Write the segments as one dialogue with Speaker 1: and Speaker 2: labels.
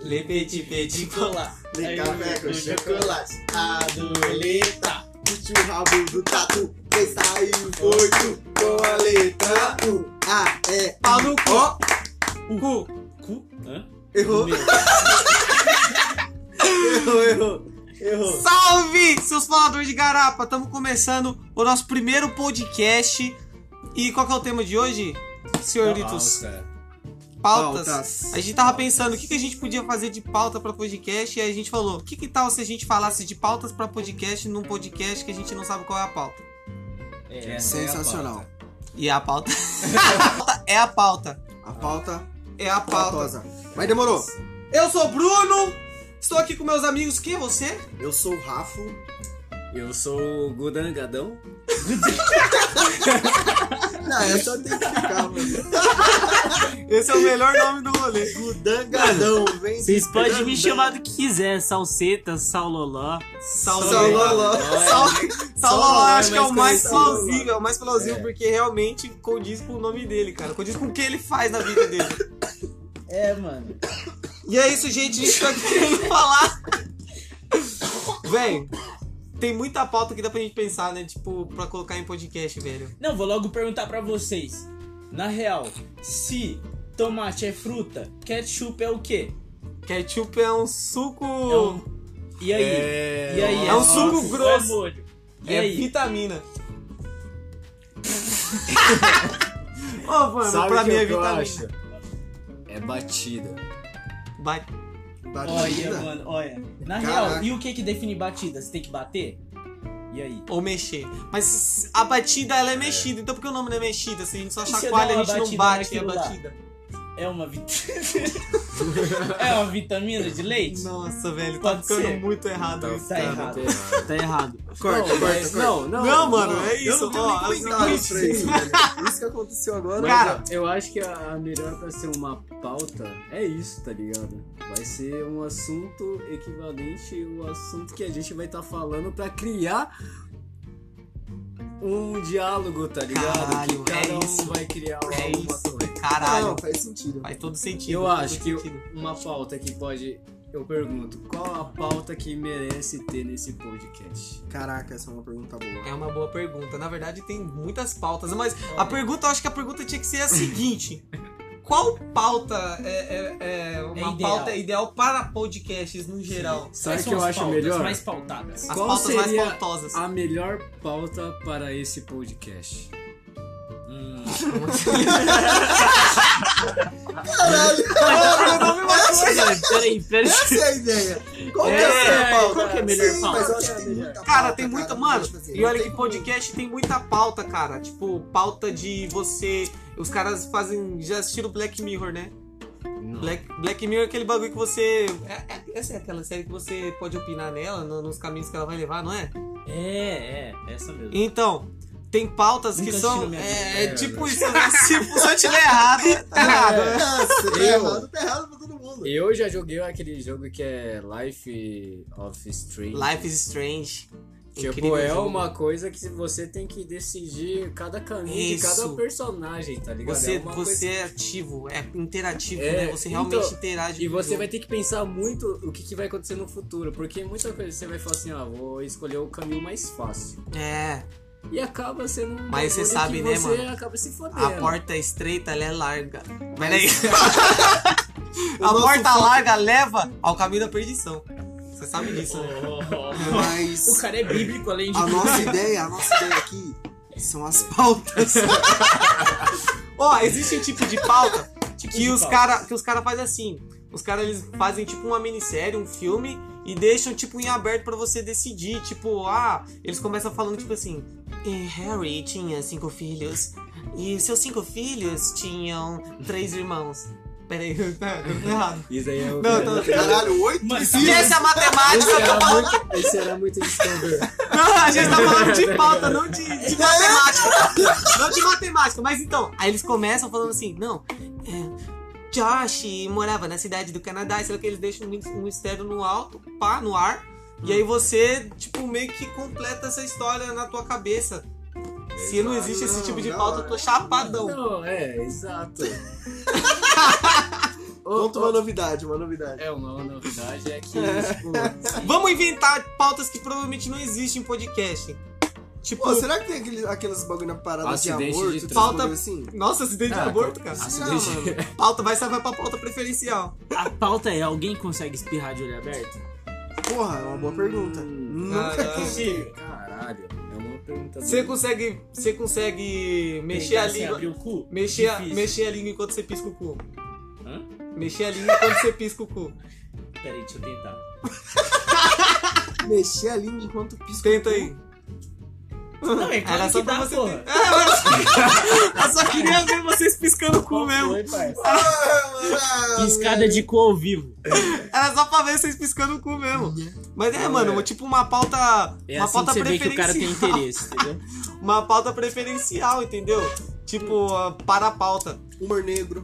Speaker 1: Le petit petit colar.
Speaker 2: Nem café com chocolate.
Speaker 1: A dueleta.
Speaker 2: Puxa o rabo do tatu. Quem saiu foi tu. Com a letra U. A, E,
Speaker 1: Pau no
Speaker 2: O.
Speaker 1: cu. Cu? Hã?
Speaker 2: Errou.
Speaker 1: Meu.
Speaker 2: Errou, errou. Errou.
Speaker 1: Salve, seus faladores de garapa! Estamos começando o nosso primeiro podcast. E qual que é o tema de hoje, senhoritos?
Speaker 3: Nossa.
Speaker 1: Pautas.
Speaker 2: Pautas.
Speaker 1: A gente tava pensando o que, que a gente podia fazer de pauta pra podcast e aí a gente falou: que que tal se a gente falasse de pautas pra podcast num podcast que a gente não sabe qual é a pauta?
Speaker 3: Essa é a
Speaker 2: Sensacional.
Speaker 3: pauta.
Speaker 1: E é a pauta. a pauta é a pauta.
Speaker 2: A pauta
Speaker 1: É a pauta.
Speaker 2: pautosa. Mas demorou.
Speaker 1: Eu sou o Bruno, estou aqui com meus amigos. Quem é você?
Speaker 2: Eu sou o Rafa.
Speaker 3: Eu sou o Gudangadão.
Speaker 2: Não, eu só tenho que ficar, mano.
Speaker 1: Esse é o melhor nome do rolê.
Speaker 2: Gudangadão, vem.
Speaker 4: Vocês podem me chamar do que quiser, salseta, sauloló.
Speaker 2: Sauloló.
Speaker 1: Sal- Saloló, eu acho que é o mais
Speaker 2: conhecido.
Speaker 1: plausível, é o mais plausível,
Speaker 3: É.
Speaker 1: porque realmente condiz com o nome dele, cara. Condiz com o que ele faz na vida dele.
Speaker 3: É, mano.
Speaker 1: E é isso, gente, a gente tá querendo falar. Véi, tem muita pauta que dá pra gente pensar, né? Tipo, pra colocar em podcast, velho.
Speaker 4: Não, vou logo perguntar pra vocês. Na real, se tomate é fruta, ketchup é o quê?
Speaker 1: Ketchup é um suco.
Speaker 4: É um- E aí?
Speaker 3: É,
Speaker 4: E aí?
Speaker 1: É um
Speaker 4: molho
Speaker 1: suco
Speaker 4: ou
Speaker 1: grosso.
Speaker 4: É molho? E
Speaker 1: é
Speaker 4: aí?
Speaker 1: vitamina. Ô, mano,
Speaker 3: Sabe
Speaker 1: pra
Speaker 3: o que
Speaker 1: mim é
Speaker 3: eu
Speaker 1: vitamina.
Speaker 3: acho? É batida.
Speaker 1: Vai.
Speaker 4: Olha, mano, olha. Na
Speaker 2: Caraca.
Speaker 4: real, e o que que define batida? Você tem que bater? E aí?
Speaker 1: Ou mexer. Mas a batida, ela é mexida. Então por que o nome não é mexida? Se a gente só
Speaker 4: E se eu
Speaker 1: chacoalha,
Speaker 4: der
Speaker 1: a
Speaker 4: uma
Speaker 1: gente não
Speaker 4: batida
Speaker 1: bate a
Speaker 4: naquilo lá?
Speaker 1: batida.
Speaker 4: É uma vitamina. é uma vitamina de leite?
Speaker 1: Nossa, velho, tá
Speaker 4: Pode
Speaker 1: ficando
Speaker 4: ser?
Speaker 1: muito errado
Speaker 3: Tá
Speaker 1: isso,
Speaker 4: tá
Speaker 1: cara.
Speaker 4: errado.
Speaker 3: errado.
Speaker 4: Tá errado.
Speaker 2: Corta,
Speaker 3: Não,
Speaker 2: corta,
Speaker 3: mas-
Speaker 2: corta.
Speaker 3: Não, não.
Speaker 1: Não, mano, é
Speaker 2: Eu
Speaker 1: isso.
Speaker 2: não tenho
Speaker 1: Ó,
Speaker 2: nem
Speaker 1: é o
Speaker 2: comentário
Speaker 1: seguinte.
Speaker 2: pra isso, velho. Isso que aconteceu agora.
Speaker 1: Cara,
Speaker 3: eu acho que a a melhor pra ser uma pauta é isso, tá ligado? Vai ser um assunto equivalente ao assunto que a gente vai estar falando pra criar um diálogo, tá ligado?
Speaker 1: Caralho,
Speaker 3: que cada
Speaker 1: é
Speaker 3: um
Speaker 1: isso.
Speaker 3: vai criar
Speaker 1: é
Speaker 3: alguma
Speaker 1: isso.
Speaker 3: coisa.
Speaker 1: Caralho,
Speaker 2: Não, faz sentido.
Speaker 1: faz todo sentido.
Speaker 3: Eu
Speaker 1: faz
Speaker 3: acho
Speaker 1: todo
Speaker 3: que eu-
Speaker 1: sentido.
Speaker 3: uma pauta que pode. Eu pergunto, qual a pauta que merece ter nesse podcast?
Speaker 2: Caraca, essa é uma pergunta boa.
Speaker 1: É uma boa pergunta. Na verdade, tem muitas pautas, mas a pergunta, eu acho que a pergunta tinha que ser a seguinte. Qual pauta é, é- é uma
Speaker 4: É ideal.
Speaker 1: pauta ideal para podcasts no geral?
Speaker 3: Sabe
Speaker 4: Quais
Speaker 3: o
Speaker 4: são
Speaker 3: que eu
Speaker 4: as
Speaker 3: acho
Speaker 4: pautas
Speaker 3: melhor?
Speaker 4: mais pautadas?
Speaker 1: As
Speaker 3: Qual
Speaker 1: pautas mais
Speaker 3: seria
Speaker 1: pautosas.
Speaker 3: A melhor pauta para esse podcast.
Speaker 4: Hum,
Speaker 1: Caralho, não me matou.
Speaker 4: peraí, peraí.
Speaker 2: Essa é a ideia. Qual que é,
Speaker 4: É,
Speaker 2: essa pauta?
Speaker 4: qual que é a melhor
Speaker 2: Sim,
Speaker 4: pauta?
Speaker 2: Mas eu
Speaker 3: Qual que
Speaker 2: acho
Speaker 3: é
Speaker 2: que
Speaker 3: a
Speaker 2: tem
Speaker 3: melhor?
Speaker 2: muita
Speaker 1: Cara,
Speaker 2: pauta,
Speaker 1: tem muita.
Speaker 2: não
Speaker 1: mano,
Speaker 2: pode um fazer,
Speaker 1: e
Speaker 2: não
Speaker 1: olha
Speaker 2: tem
Speaker 1: que
Speaker 2: como.
Speaker 1: podcast tem muita pauta, cara. Tipo, pauta de você. Os caras fazem. Já assistiram Black Mirror, né? Black, Black Mirror é aquele bagulho que você. é- é- essa é aquela série que você pode opinar nela, no- nos caminhos que ela vai levar, não é?
Speaker 4: É, é, essa mesmo.
Speaker 1: Então, tem pautas que
Speaker 4: Nunca
Speaker 1: são.
Speaker 4: assistiram minha
Speaker 1: É, é
Speaker 3: vida.
Speaker 1: tipo isso, né? Se eu tiver errado, tá errado. né?
Speaker 2: Ah, se tá
Speaker 3: Eu-
Speaker 2: errado, tá errado pra todo mundo.
Speaker 3: É, Eu já joguei aquele jogo que é Life of Strange.
Speaker 1: Life is Strange.
Speaker 3: Tipo,
Speaker 1: Incrível
Speaker 3: é
Speaker 1: jogo.
Speaker 3: uma coisa que você tem que decidir cada caminho de
Speaker 1: Isso.
Speaker 3: cada personagem, tá ligado?
Speaker 1: Você,
Speaker 3: é uma coisa-
Speaker 1: você é ativo, é interativo,
Speaker 3: É,
Speaker 1: né? Você
Speaker 3: então,
Speaker 1: realmente interage.
Speaker 3: E
Speaker 1: com o
Speaker 3: você
Speaker 1: jogo.
Speaker 3: vai ter que pensar muito o que, que vai acontecer no futuro, porque muita coisa você vai falar assim, ah, vou escolher o caminho mais fácil.
Speaker 1: É.
Speaker 3: E acaba sendo um
Speaker 1: Mas você
Speaker 3: bagulho
Speaker 1: sabe,
Speaker 3: que
Speaker 1: né,
Speaker 3: você
Speaker 1: mano?
Speaker 3: acaba se fodendo.
Speaker 1: A porta é estreita, ela é larga. Peraí.
Speaker 2: O
Speaker 1: a
Speaker 2: nosso
Speaker 1: porta
Speaker 2: foco-
Speaker 1: larga leva ao caminho da perdição. Você sabe disso, né?
Speaker 4: Oh,
Speaker 2: Mas
Speaker 4: o cara é bíblico além de.
Speaker 2: a nossa ideia, a nossa ideia aqui são as pautas.
Speaker 1: Ó, existe um tipo de pauta
Speaker 4: Tipo
Speaker 1: que
Speaker 4: de
Speaker 1: os
Speaker 4: pau.
Speaker 1: caras cara fazem assim. Os caras eles fazem tipo uma minissérie, um filme e deixam tipo em aberto pra você decidir, tipo, ah, eles começam falando tipo assim, e Harry tinha cinco filhos e seus cinco filhos tinham três irmãos. Peraí, eu tô errado.
Speaker 3: Isso aí é o
Speaker 1: Não, não,
Speaker 2: Caralho, oito?
Speaker 4: Mano,
Speaker 1: Esquece a matemática,
Speaker 3: Esse
Speaker 1: eu tô
Speaker 3: era
Speaker 1: falando
Speaker 3: muito, esse era muito Discover.
Speaker 1: Não, a gente tá falando de pauta, não de, de matemática. Não de matemática, mas então. Aí eles começam falando assim, não. é, Josh morava na cidade do Canadá, e sei lá o que eles deixam um mis- um mistério no alto, pá, no ar. E aí você, tipo, meio que completa essa história na tua cabeça. Se não existe esse tipo de
Speaker 2: Não,
Speaker 1: pauta, eu tô chapadão.
Speaker 3: Não, é, exato.
Speaker 2: Conta uma novidade, uma novidade.
Speaker 3: É, uma novidade é que, tipo.
Speaker 1: Vamos inventar pautas que provavelmente não existem em podcast. Tipo,
Speaker 2: Pô, será que tem aqueles, aqueles bagulho na parada
Speaker 3: Acidente
Speaker 2: de
Speaker 3: de
Speaker 2: amor?
Speaker 3: trânsito.
Speaker 1: Falta-
Speaker 2: assim?
Speaker 1: nossa, acidente de
Speaker 3: Ah,
Speaker 1: aborto, cara.
Speaker 3: Acidente.
Speaker 1: Pauta vai sair vai pra pauta preferencial.
Speaker 4: A pauta é: alguém consegue espirrar de olho aberto?
Speaker 2: Porra, é uma boa pergunta. Nunca
Speaker 1: Ah,
Speaker 2: quis.
Speaker 4: Possível.
Speaker 3: Caralho, é uma pergunta.
Speaker 1: Você
Speaker 3: boa.
Speaker 1: consegue, você consegue mexer
Speaker 4: Tentar
Speaker 1: a
Speaker 4: sem
Speaker 1: língua,
Speaker 4: abrir assim, o cu?
Speaker 1: mexer, a-
Speaker 4: Difícil.
Speaker 1: mexer a língua enquanto você pisca o cu.
Speaker 4: Hã?
Speaker 1: Mexer a língua enquanto você pisca o cu.
Speaker 4: Peraí, deixa eu tentar.
Speaker 2: Mexer a língua enquanto pisca.
Speaker 1: Tenta aí.
Speaker 4: Não, é claro
Speaker 1: Era
Speaker 4: que
Speaker 1: só pra
Speaker 4: dá,
Speaker 1: você.
Speaker 4: porra.
Speaker 1: ter- Ah, eu só- eu só queria ver vocês piscando o cu
Speaker 4: Qual
Speaker 1: mesmo.
Speaker 4: foi, parça?
Speaker 2: Ah,
Speaker 4: Piscada de cu ao vivo.
Speaker 1: Era só pra ver vocês piscando o cu mesmo. Mas é, mano, tipo uma pauta.
Speaker 4: Uhum. É
Speaker 1: uma
Speaker 4: assim que
Speaker 1: pauta
Speaker 4: você vê que o cara tem
Speaker 1: preferencial.
Speaker 4: interesse, entendeu?
Speaker 1: Uma pauta preferencial, entendeu? Tipo, ah, para a pauta.
Speaker 2: Humor negro,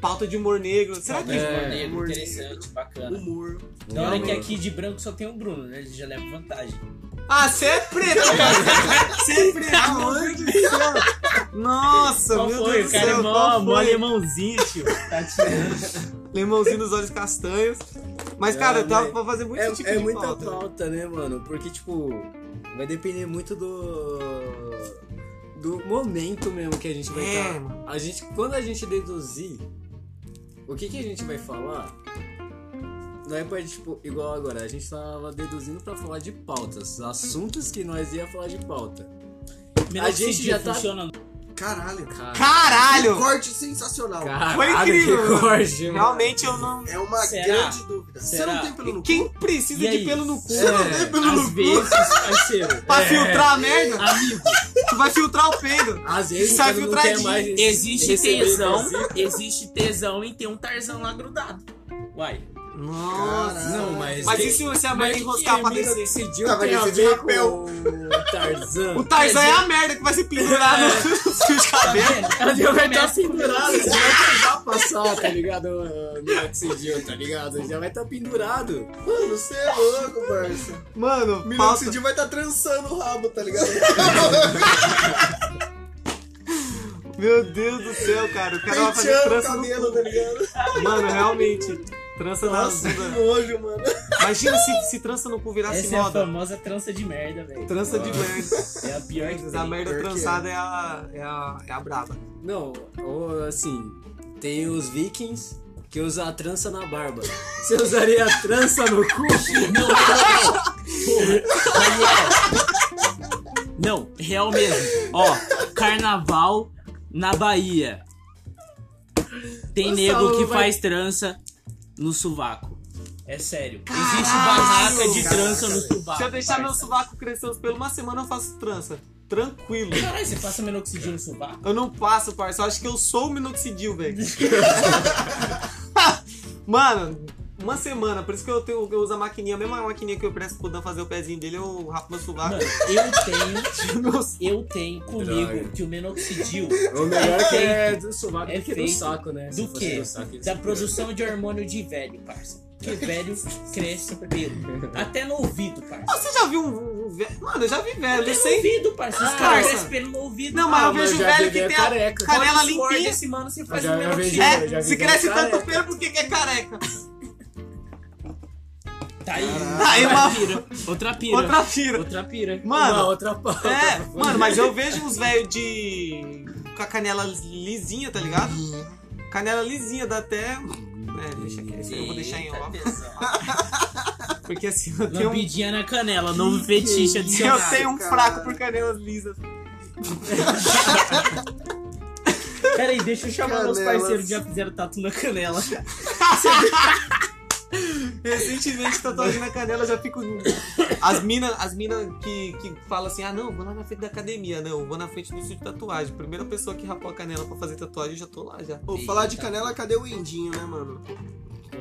Speaker 1: Pauta de humor negro. Será que.
Speaker 3: É.
Speaker 2: humor
Speaker 4: interessante, bacana.
Speaker 2: humor.
Speaker 4: Na hora que
Speaker 3: Não,
Speaker 4: aqui de branco só tem o Bruno, né? Ele já leva vantagem.
Speaker 1: Ah, você é preto, cara. Você é preto, mano.
Speaker 2: Aonde que
Speaker 1: Nossa,
Speaker 4: Qual
Speaker 1: meu
Speaker 4: foi?
Speaker 1: Deus
Speaker 4: o cara
Speaker 1: do céu.
Speaker 4: é mó,
Speaker 1: qual
Speaker 4: mó
Speaker 1: foi?
Speaker 4: limãozinho, tio. Tá tirando.
Speaker 1: Limãozinho nos olhos castanhos. Mas,
Speaker 3: É,
Speaker 1: cara,
Speaker 3: mas-
Speaker 1: dá pra fazer muito
Speaker 3: É,
Speaker 1: tipo
Speaker 3: é
Speaker 1: de
Speaker 3: muita
Speaker 1: pauta.
Speaker 3: pauta, né, mano? Porque, tipo, vai depender muito do. Do momento mesmo que a gente vai
Speaker 1: É,
Speaker 3: estar.
Speaker 1: mano.
Speaker 3: A gente, quando a gente deduzir o que, que a gente vai falar, não é pra, tipo, igual agora, a gente tava deduzindo pra falar de pautas, assuntos que nós ia falar de pauta.
Speaker 4: Melhor
Speaker 3: A
Speaker 4: que
Speaker 3: gente
Speaker 4: esse
Speaker 3: já
Speaker 4: dia
Speaker 3: tá-
Speaker 4: funciona.
Speaker 2: Caralho.
Speaker 1: Caralho!
Speaker 2: Que corte sensacional.
Speaker 3: Caralho,
Speaker 1: Foi incrível,
Speaker 3: que
Speaker 1: mano.
Speaker 3: corte, mano.
Speaker 1: Realmente eu não.
Speaker 2: É uma
Speaker 4: Será?
Speaker 2: grande dúvida. Você
Speaker 4: Será?
Speaker 2: não tem pelo no cu?
Speaker 1: Quem precisa
Speaker 4: E
Speaker 1: de
Speaker 4: aí?
Speaker 1: pelo no cu
Speaker 3: É,
Speaker 4: Às vezes, parceiro,
Speaker 1: pra filtrar a merda?
Speaker 4: amigo,
Speaker 1: Tu vai filtrar o peido.
Speaker 3: Às vezes,
Speaker 1: Sai
Speaker 3: quando não quer
Speaker 1: filtradinho.
Speaker 3: mais
Speaker 4: existe
Speaker 3: receber
Speaker 4: tesão,
Speaker 3: visita.
Speaker 4: existe tesão em ter um Tarzan lá grudado. Uai,
Speaker 1: Nossa.
Speaker 3: Não, mas...
Speaker 1: Mas e se, se a merda enroscar pra
Speaker 3: Emílio
Speaker 1: descer?
Speaker 3: decidiu
Speaker 2: Tá, vai
Speaker 3: tem a
Speaker 2: descer de
Speaker 3: ver
Speaker 2: rapel.
Speaker 3: com o Tarzan.
Speaker 1: O Tarzan é a merda que vai se pendurar no no fio de cabelo.
Speaker 3: Cadê vai
Speaker 1: é
Speaker 3: estar pendurado? Você vai tentar passar, tá ligado? No Oxidil, tá ligado? Já vai estar pendurado.
Speaker 2: Mano, você é louco, parça.
Speaker 1: Mano, pauta.
Speaker 2: Minoxidil vai estar trançando o rabo, tá ligado?
Speaker 1: Meu Deus do céu, cara. O cara vai fazer
Speaker 2: Penteando o
Speaker 1: trança no
Speaker 2: cabelo, tá ligado?
Speaker 1: cu. Mano, realmente. Trança na
Speaker 2: Nossa, que nojo, mano.
Speaker 1: Imagina se, se trança no cu virasse
Speaker 4: essa é a
Speaker 1: moda.
Speaker 4: famosa trança de merda, velho.
Speaker 1: Trança de merda.
Speaker 4: É a pior que
Speaker 1: A
Speaker 4: tem.
Speaker 1: merda
Speaker 2: pior que
Speaker 1: trançada é a, é a, é a braba.
Speaker 3: Não, ou assim, tem os vikings que usam a trança na barba. Você usaria a trança no cu?
Speaker 4: Não, não, não. Não, real mesmo. Ó, carnaval na Bahia. Tem
Speaker 3: Ô,
Speaker 4: nego
Speaker 3: Saulo,
Speaker 4: que
Speaker 3: vai-
Speaker 4: faz trança no sovaco. É sério. Existe
Speaker 1: Caralho,
Speaker 4: barraca de
Speaker 1: cara.
Speaker 4: trança no sovaco.
Speaker 1: Se eu deixar meu
Speaker 4: parça.
Speaker 1: sovaco crescer uns pelos uma semana, eu faço trança. Tranquilo.
Speaker 4: Caralho, você passa minoxidil no sovaco?
Speaker 1: Eu não passo, parça. Eu acho que eu sou o minoxidil, velho. Mano, uma semana. Por isso que eu, tenho, eu uso a maquininha. A mesma maquininha que eu presto pro Dan fazer o pezinho dele, eu rapo meu sovaco.
Speaker 4: Mano, eu tenho. Eu tenho comigo
Speaker 3: Droga.
Speaker 4: que o minoxidil
Speaker 3: Ou melhor que é do sovaco
Speaker 4: É
Speaker 3: do que do
Speaker 4: feito
Speaker 3: saco, né? Se
Speaker 4: do
Speaker 3: fosse
Speaker 4: quê?
Speaker 3: do saco, ele
Speaker 4: Da
Speaker 1: é
Speaker 3: se-
Speaker 4: produção de hormônio de velho, parça. Que velho cresce pelo. Até no ouvido, parça.
Speaker 1: Você já viu um, um velho? Mano, eu já vi velho.
Speaker 4: Até
Speaker 1: Ah, Eu
Speaker 4: no
Speaker 1: sei.
Speaker 4: ouvido, parça. Os
Speaker 1: Ah,
Speaker 4: caras
Speaker 1: parça.
Speaker 4: crescem pelo no ouvido.
Speaker 1: Não, mas
Speaker 4: Ah,
Speaker 1: eu vejo
Speaker 3: eu já
Speaker 1: velho
Speaker 3: vi
Speaker 1: que
Speaker 3: velho
Speaker 1: tem a
Speaker 3: careca.
Speaker 1: canela
Speaker 4: olha o suor
Speaker 1: limpinha.
Speaker 4: desse mano se
Speaker 3: Eu
Speaker 4: faz
Speaker 3: já,
Speaker 4: um
Speaker 3: já vejo,
Speaker 4: minoxidil.
Speaker 3: eu já
Speaker 1: É,
Speaker 3: vi
Speaker 1: se cresce
Speaker 3: velho
Speaker 1: tanto
Speaker 3: careca.
Speaker 1: pelo, por que que é careca?
Speaker 4: Tá aí.
Speaker 1: Tá aí uma-
Speaker 4: Outra pira. Outra pira.
Speaker 1: Outra tira.
Speaker 4: Outra pira.
Speaker 3: Uma
Speaker 1: Mano,
Speaker 3: outra pauta.
Speaker 1: é. Mano, mas eu vejo uns velhos de. com a canela lisinha, tá ligado? Canela lisinha, dá até. É, deixa aqui. Isso aí eu vou deixar em off. Porque assim, eu tenho um.
Speaker 4: Lambidinha na canela, novo fetiche adicionado.
Speaker 1: Eu tenho um
Speaker 2: cara.
Speaker 1: fraco por canelas lisas.
Speaker 4: Peraí, deixa eu chamar meus
Speaker 2: Canelas.
Speaker 4: parceiros que já fizeram tatu na canela.
Speaker 1: Recentemente, tatuagem na canela, eu já fico. As minas as mina que, que falam assim: ah, não, vou lá na frente da academia, não, vou na frente do estúdio de tatuagem. Primeira pessoa que rapou a canela pra fazer tatuagem, eu já tô lá já.
Speaker 2: Pô, falar de canela, cadê o Indinho, né, mano?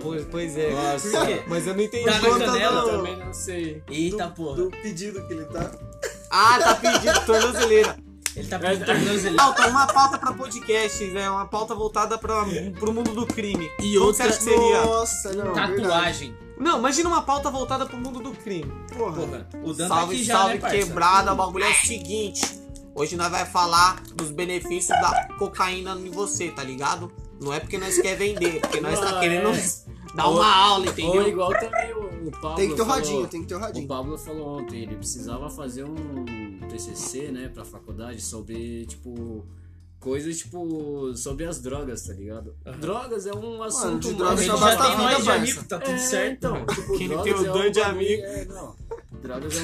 Speaker 1: Pois, pois é.
Speaker 3: Nossa.
Speaker 1: Por quê? Mas eu não entendi.
Speaker 4: Tá na
Speaker 1: Conta
Speaker 4: canela
Speaker 1: do-
Speaker 3: também não sei.
Speaker 4: Eita porra.
Speaker 2: Do pedido que ele tá.
Speaker 1: Ah, tá pedindo tornozeleira.
Speaker 4: Ele tá pedindo tornozeleira.
Speaker 1: Pauta, uma pauta pra podcast, né? Uma pauta voltada pra, pro mundo do crime.
Speaker 4: E
Speaker 1: Como
Speaker 4: outra-
Speaker 1: você acha que seria?
Speaker 2: Nossa, não. verdade.
Speaker 4: Tatuagem.
Speaker 1: Não, imagina uma pauta voltada pro mundo do crime.
Speaker 2: Porra.
Speaker 4: Porra, o Dan tá
Speaker 1: Salve,
Speaker 4: aqui já,
Speaker 1: salve,
Speaker 4: né, parça?
Speaker 1: quebrada. O bagulho é o seguinte. Hoje nós vai falar dos benefícios da cocaína em você, tá ligado? Não é porque nós quer vender, porque nós tá
Speaker 3: Não,
Speaker 1: querendo
Speaker 3: é.
Speaker 1: dar uma aula,
Speaker 3: Ou
Speaker 1: entendeu?
Speaker 3: igual também o, o Pablo.
Speaker 2: Tem que ter o
Speaker 3: falou-
Speaker 2: radinho, tem um que ter o radinho.
Speaker 3: O Pablo falou ontem, ele precisava fazer um TCC, né, pra faculdade sobre, tipo, coisas, tipo, sobre as drogas, tá ligado?
Speaker 4: Aham.
Speaker 3: Drogas é um assunto...
Speaker 2: de
Speaker 3: muito-
Speaker 2: drogas
Speaker 4: Ele
Speaker 2: só
Speaker 4: já
Speaker 2: basta
Speaker 4: tem
Speaker 2: a
Speaker 4: nós de
Speaker 2: vida,
Speaker 4: amigo, tá tudo
Speaker 3: É,
Speaker 4: certo.
Speaker 3: então, tipo,
Speaker 1: Quem tem
Speaker 3: drogas
Speaker 1: o
Speaker 3: é
Speaker 1: dom
Speaker 3: um
Speaker 1: de
Speaker 3: bagulho-
Speaker 1: amigo. Tá
Speaker 3: é, não. Drogas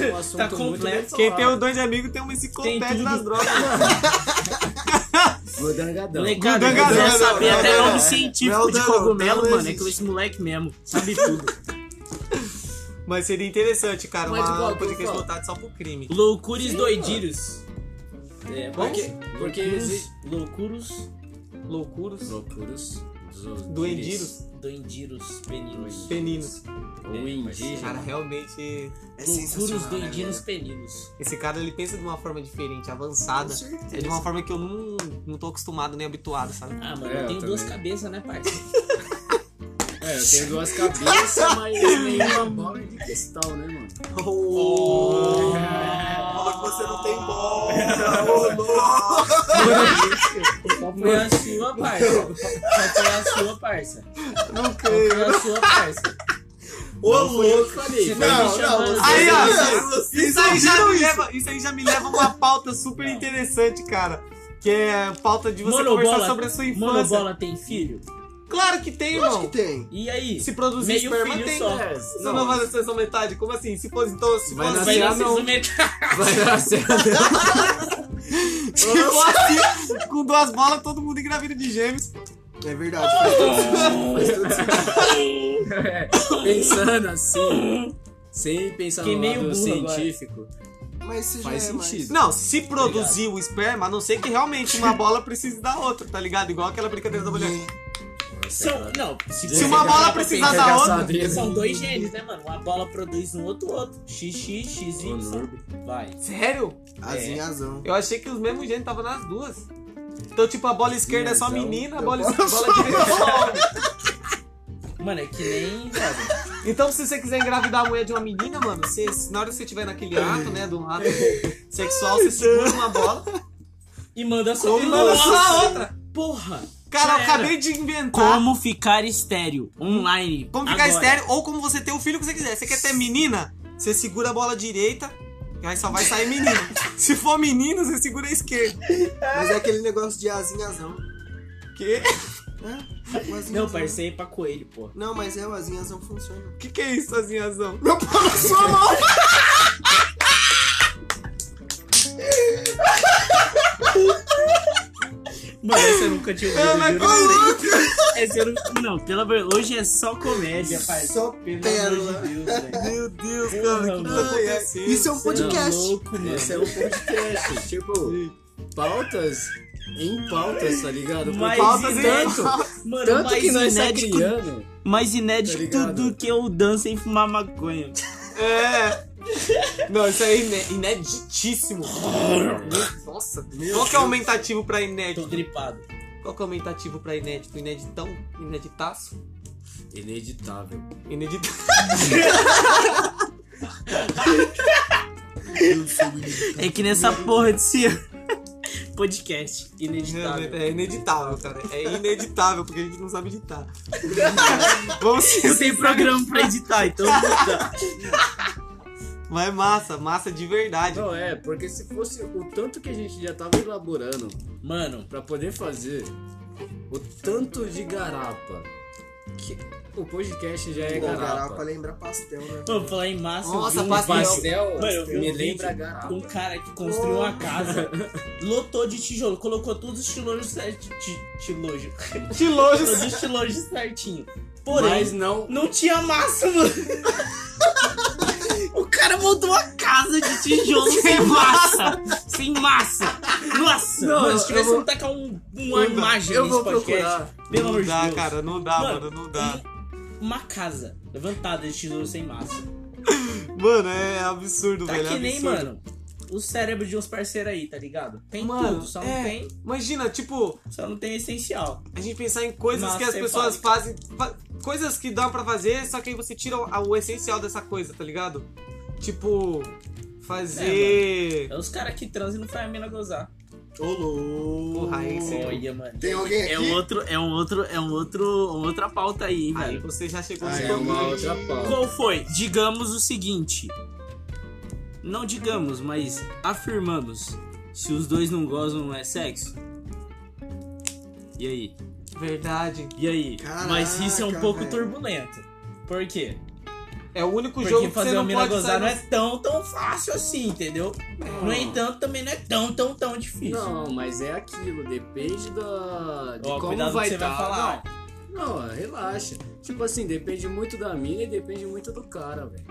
Speaker 3: é um assunto muito
Speaker 4: completo.
Speaker 3: bem falado.
Speaker 1: Quem tem os dois amigos tem uma enciclopédia
Speaker 4: Tem tudo.
Speaker 1: das drogas.
Speaker 3: Godangadão.
Speaker 4: Molecada, eu
Speaker 1: Gudan
Speaker 4: quero
Speaker 1: Gadão,
Speaker 4: saber
Speaker 1: não,
Speaker 4: até
Speaker 1: não,
Speaker 4: nome
Speaker 1: não,
Speaker 4: científico
Speaker 2: não,
Speaker 4: de
Speaker 2: não,
Speaker 4: cogumelo,
Speaker 2: não
Speaker 4: mano. É
Speaker 2: existe.
Speaker 4: com esse moleque mesmo. Sabe tudo.
Speaker 1: Mas seria interessante, cara,
Speaker 3: Mas
Speaker 1: uma
Speaker 3: igual,
Speaker 1: podcast
Speaker 3: igual.
Speaker 1: voltada só pro crime.
Speaker 4: Loucures
Speaker 3: Sim,
Speaker 4: doidírios. É,
Speaker 3: Por quê? Porque
Speaker 4: Porque
Speaker 3: existe...
Speaker 4: loucuros,
Speaker 1: Loucuros.
Speaker 3: Loucuros dos-
Speaker 1: Duendiros.
Speaker 4: doidíros, peninos.
Speaker 1: É Peninos.
Speaker 3: Ou indígenas.
Speaker 1: Cara, realmente,
Speaker 2: É
Speaker 4: Loucuros,
Speaker 2: sensacional, né,
Speaker 4: doidírios,
Speaker 2: velho?
Speaker 4: peninos.
Speaker 1: esse cara ele pensa de uma forma diferente, avançada.
Speaker 2: Com certeza.
Speaker 1: É de uma forma que eu não, não tô acostumado nem habituado, sabe?
Speaker 4: Ah, mano,
Speaker 3: É,
Speaker 4: eu
Speaker 3: eu
Speaker 4: tenho duas
Speaker 3: também.
Speaker 4: cabeças, né, parceiro?
Speaker 3: É, eu tenho duas cabeças, mas nenhuma bola de cristal, né, mano?
Speaker 1: Oh.
Speaker 2: Fala que você não tem bola.
Speaker 4: Foi a sua, parça. Só foi a sua, parça.
Speaker 2: Não
Speaker 4: Só foi a sua, parça.
Speaker 2: Ô,
Speaker 3: Não fui eu que
Speaker 2: louco.
Speaker 3: falei.
Speaker 4: Você
Speaker 3: foi
Speaker 4: tá
Speaker 3: ele
Speaker 4: me
Speaker 2: Não,
Speaker 4: chamando.
Speaker 2: não,
Speaker 4: de-
Speaker 1: Aí, ó.
Speaker 2: vocês- vocês
Speaker 1: Isso aí, já é,
Speaker 2: ouviram
Speaker 1: me leva, isso aí já me leva a uma pauta super
Speaker 4: Não.
Speaker 1: interessante, cara. Que é pauta de você
Speaker 4: Monobola.
Speaker 1: conversar sobre a sua infância.
Speaker 4: Monobola tem filho?
Speaker 1: Claro que tem,
Speaker 2: Acho que
Speaker 1: irmão.
Speaker 2: tem.
Speaker 4: E aí?
Speaker 1: Se produzir
Speaker 4: Meio
Speaker 1: esperma,
Speaker 4: filho
Speaker 1: tem.
Speaker 4: só.
Speaker 1: né?
Speaker 3: É,
Speaker 1: Se
Speaker 3: não.
Speaker 1: não vai ser só metade, como assim? Se fosse, então, se
Speaker 3: Vai
Speaker 1: fosse
Speaker 4: Vai
Speaker 3: nascer
Speaker 4: nascer
Speaker 3: anão.
Speaker 4: do metal.
Speaker 3: Vai nascer anão.
Speaker 1: Se fosse assim, com duas bolas, todo mundo engravida de gêmeos.
Speaker 2: É verdade. faz todo sentido, faz todo sentido.
Speaker 3: É, Pensando assim, sem pensar
Speaker 4: Fiquei
Speaker 3: no
Speaker 4: meio
Speaker 3: lado
Speaker 4: burro agora.
Speaker 3: científico.
Speaker 2: Mas isso já
Speaker 3: Faz
Speaker 2: é mais-
Speaker 3: sentido.
Speaker 1: Não, se produzir o esperma, a não ser que realmente uma bola precise da outra, tá ligado? Igual aquela brincadeira da mulher.
Speaker 4: São, não, se,
Speaker 1: Se
Speaker 4: você
Speaker 1: uma
Speaker 4: parar
Speaker 1: bola
Speaker 4: pra
Speaker 1: precisar
Speaker 4: pensar,
Speaker 1: da
Speaker 3: Arregaçadinha.
Speaker 1: outra.
Speaker 4: São dois genes, né, mano? Uma bola produz um outro outro. XX, XY. Vai.
Speaker 1: Sério?
Speaker 3: É.
Speaker 2: Azinha, azão.
Speaker 1: Eu achei que os mesmos gênios estavam nas duas. Então, tipo, a bola esquerda é só
Speaker 3: Então,
Speaker 1: menina, a
Speaker 2: eu
Speaker 1: bola,
Speaker 2: posso-
Speaker 1: bola direita é só homem.
Speaker 4: Mano, é que nem. jovem.
Speaker 1: Então, se você quiser engravidar a mulher de uma menina, mano, você, na hora que você tiver naquele ato, né, do ato sexual, você segura uma bola
Speaker 4: E manda só
Speaker 1: e manda só a outra.
Speaker 4: Porra! Tá?
Speaker 1: Cara, eu
Speaker 4: Já era.
Speaker 1: acabei de inventar como,
Speaker 4: Como ficar estéreo online.
Speaker 1: ficar
Speaker 4: agora.
Speaker 1: estéreo ou como você ter o filho que você quiser. Você quer ter menina? Você segura a bola direita e aí só vai sair menino. se for menino, você segura a esquerda.
Speaker 2: Mas é aquele negócio de azinha, azão.
Speaker 1: Que?
Speaker 2: É, o azinha,
Speaker 4: Não,
Speaker 2: azão.
Speaker 4: parceiro, é pra coelho, porra.
Speaker 2: Não, mas é o azinha, azão funciona.
Speaker 1: Que que é isso, Azinhazão?
Speaker 2: Meu pau na sua mão.
Speaker 4: Mano, essa eu nunca tinha ouvido.
Speaker 1: É, mas
Speaker 4: juro. Essa eu não... não, pelo amor Hoje é só comédia, parceiro.
Speaker 2: Só
Speaker 4: Pelo
Speaker 2: pérola.
Speaker 4: amor de Deus, velho.
Speaker 1: Meu Deus,
Speaker 4: cara, o que tá
Speaker 2: Ai, ai. Isso é um
Speaker 4: Tá
Speaker 2: podcast.
Speaker 4: louco, mano.
Speaker 3: Esse é o podcast. Tipo, pautas em pautas, tá ligado?
Speaker 4: Mas
Speaker 1: Pautas
Speaker 4: e
Speaker 1: e
Speaker 4: tanto, mano,
Speaker 3: Tanto
Speaker 4: mais
Speaker 3: que nós tá
Speaker 4: inédito,
Speaker 3: criando.
Speaker 4: mais
Speaker 3: Tá
Speaker 4: inédito
Speaker 3: ligado?
Speaker 4: do que eu danço em fumar maconha.
Speaker 1: É. Não, isso aí é iné- ineditíssimo. Nossa, qual que é o aumentativo pra
Speaker 4: Tô
Speaker 1: inédito?
Speaker 4: gripado.
Speaker 1: Qual que é o aumentativo pra inédito? Ineditão? Ineditaço?
Speaker 3: Ineditável.
Speaker 1: Inedita...
Speaker 4: É que nessa porra desse podcast ineditável.
Speaker 1: É ineditável, cara. É ineditável, porque a gente não sabe editar. Vamos
Speaker 4: Eu
Speaker 1: ser
Speaker 4: tenho programa pra editar, então eu vou mudar.
Speaker 1: Mas é massa, massa de verdade.
Speaker 3: Não, é, porque se fosse o tanto que a gente já tava elaborando
Speaker 4: Mano,
Speaker 3: pra poder fazer o tanto de garapa que o podcast já é
Speaker 2: Pô, garapa
Speaker 3: garapa.
Speaker 2: lembra pastel, né?
Speaker 4: vou falar em massa.
Speaker 1: Nossa,
Speaker 4: eu vi um
Speaker 1: pastel.
Speaker 3: Pastel
Speaker 4: Mano, eu vi
Speaker 3: me
Speaker 4: um
Speaker 3: lembra
Speaker 4: vídeo
Speaker 3: garapa.
Speaker 4: de um cara que construiu uma casa, lotou de tijolo, colocou todos os tijolos certinho. Tijolo.
Speaker 1: Tilojo.
Speaker 4: Todos os tijolos certinho.
Speaker 3: Mas
Speaker 4: Porém, um
Speaker 3: não
Speaker 4: não tinha massa, mano. O cara montou uma casa de tijolo sem massa. Sem massa. Nossa,
Speaker 3: Não,
Speaker 4: mano, se
Speaker 3: eu
Speaker 4: tivesse
Speaker 3: vou-
Speaker 4: um tacar um, uma
Speaker 1: Eu
Speaker 4: imagem
Speaker 3: eu
Speaker 4: nesse
Speaker 3: vou
Speaker 4: podcast,
Speaker 3: procurar.
Speaker 4: pelo amor
Speaker 1: Não
Speaker 4: de
Speaker 1: dá,
Speaker 4: Deus.
Speaker 1: cara. Não dá,
Speaker 4: Mano,
Speaker 1: mano. Não dá.
Speaker 4: Uma casa levantada de tijolo sem massa.
Speaker 1: Mano, é absurdo,
Speaker 4: Tá
Speaker 1: velho. é
Speaker 4: que nem,
Speaker 1: absurdo.
Speaker 4: mano, o cérebro de uns parceiros aí, tá ligado? Tem
Speaker 1: Mano,
Speaker 4: tudo, só
Speaker 1: é.
Speaker 4: não tem,
Speaker 1: Imagina, tipo,
Speaker 4: só não tem essencial.
Speaker 1: a gente pensar em coisas
Speaker 4: Massa
Speaker 1: que as pessoas
Speaker 4: cefálica.
Speaker 1: fazem. fa- coisas que dá pra fazer, só que aí você tira o, o essencial dessa coisa, tá ligado? Tipo, fazer.
Speaker 4: É os caras que transam e não faz a mina gozar.
Speaker 2: Olô.
Speaker 1: Porra, aí você-
Speaker 4: Olha, mano.
Speaker 2: Tem alguém aqui?
Speaker 5: É um outro, é um outro, é um outro, uma outra pauta aí, hein,
Speaker 1: Aí
Speaker 5: velho.
Speaker 1: você já chegou
Speaker 2: Ah,
Speaker 1: nos
Speaker 3: É uma
Speaker 1: comandos.
Speaker 3: outra pauta.
Speaker 5: Qual foi? Digamos o seguinte. Não digamos, mas afirmamos. Se os dois não gozam, não é sexo? E aí?
Speaker 1: Verdade.
Speaker 5: E aí?
Speaker 2: Caraca,
Speaker 4: Mas isso é um pouco
Speaker 2: velho.
Speaker 4: turbulento. Por quê?
Speaker 1: É o único jogo
Speaker 4: Porque
Speaker 1: que você
Speaker 4: fazer uma
Speaker 1: não
Speaker 4: mina
Speaker 1: pode
Speaker 4: gozar
Speaker 1: sair.
Speaker 4: não é tão, tão fácil assim, entendeu? No entanto, também não é tão, tão, tão difícil.
Speaker 3: Não, mas é aquilo, depende da. de
Speaker 4: Ó,
Speaker 3: como
Speaker 4: cuidado
Speaker 3: vai
Speaker 4: que você
Speaker 3: tá.
Speaker 4: vai falar.
Speaker 3: Não, não, relaxa. Tipo assim, depende muito da mina e depende muito do cara, velho.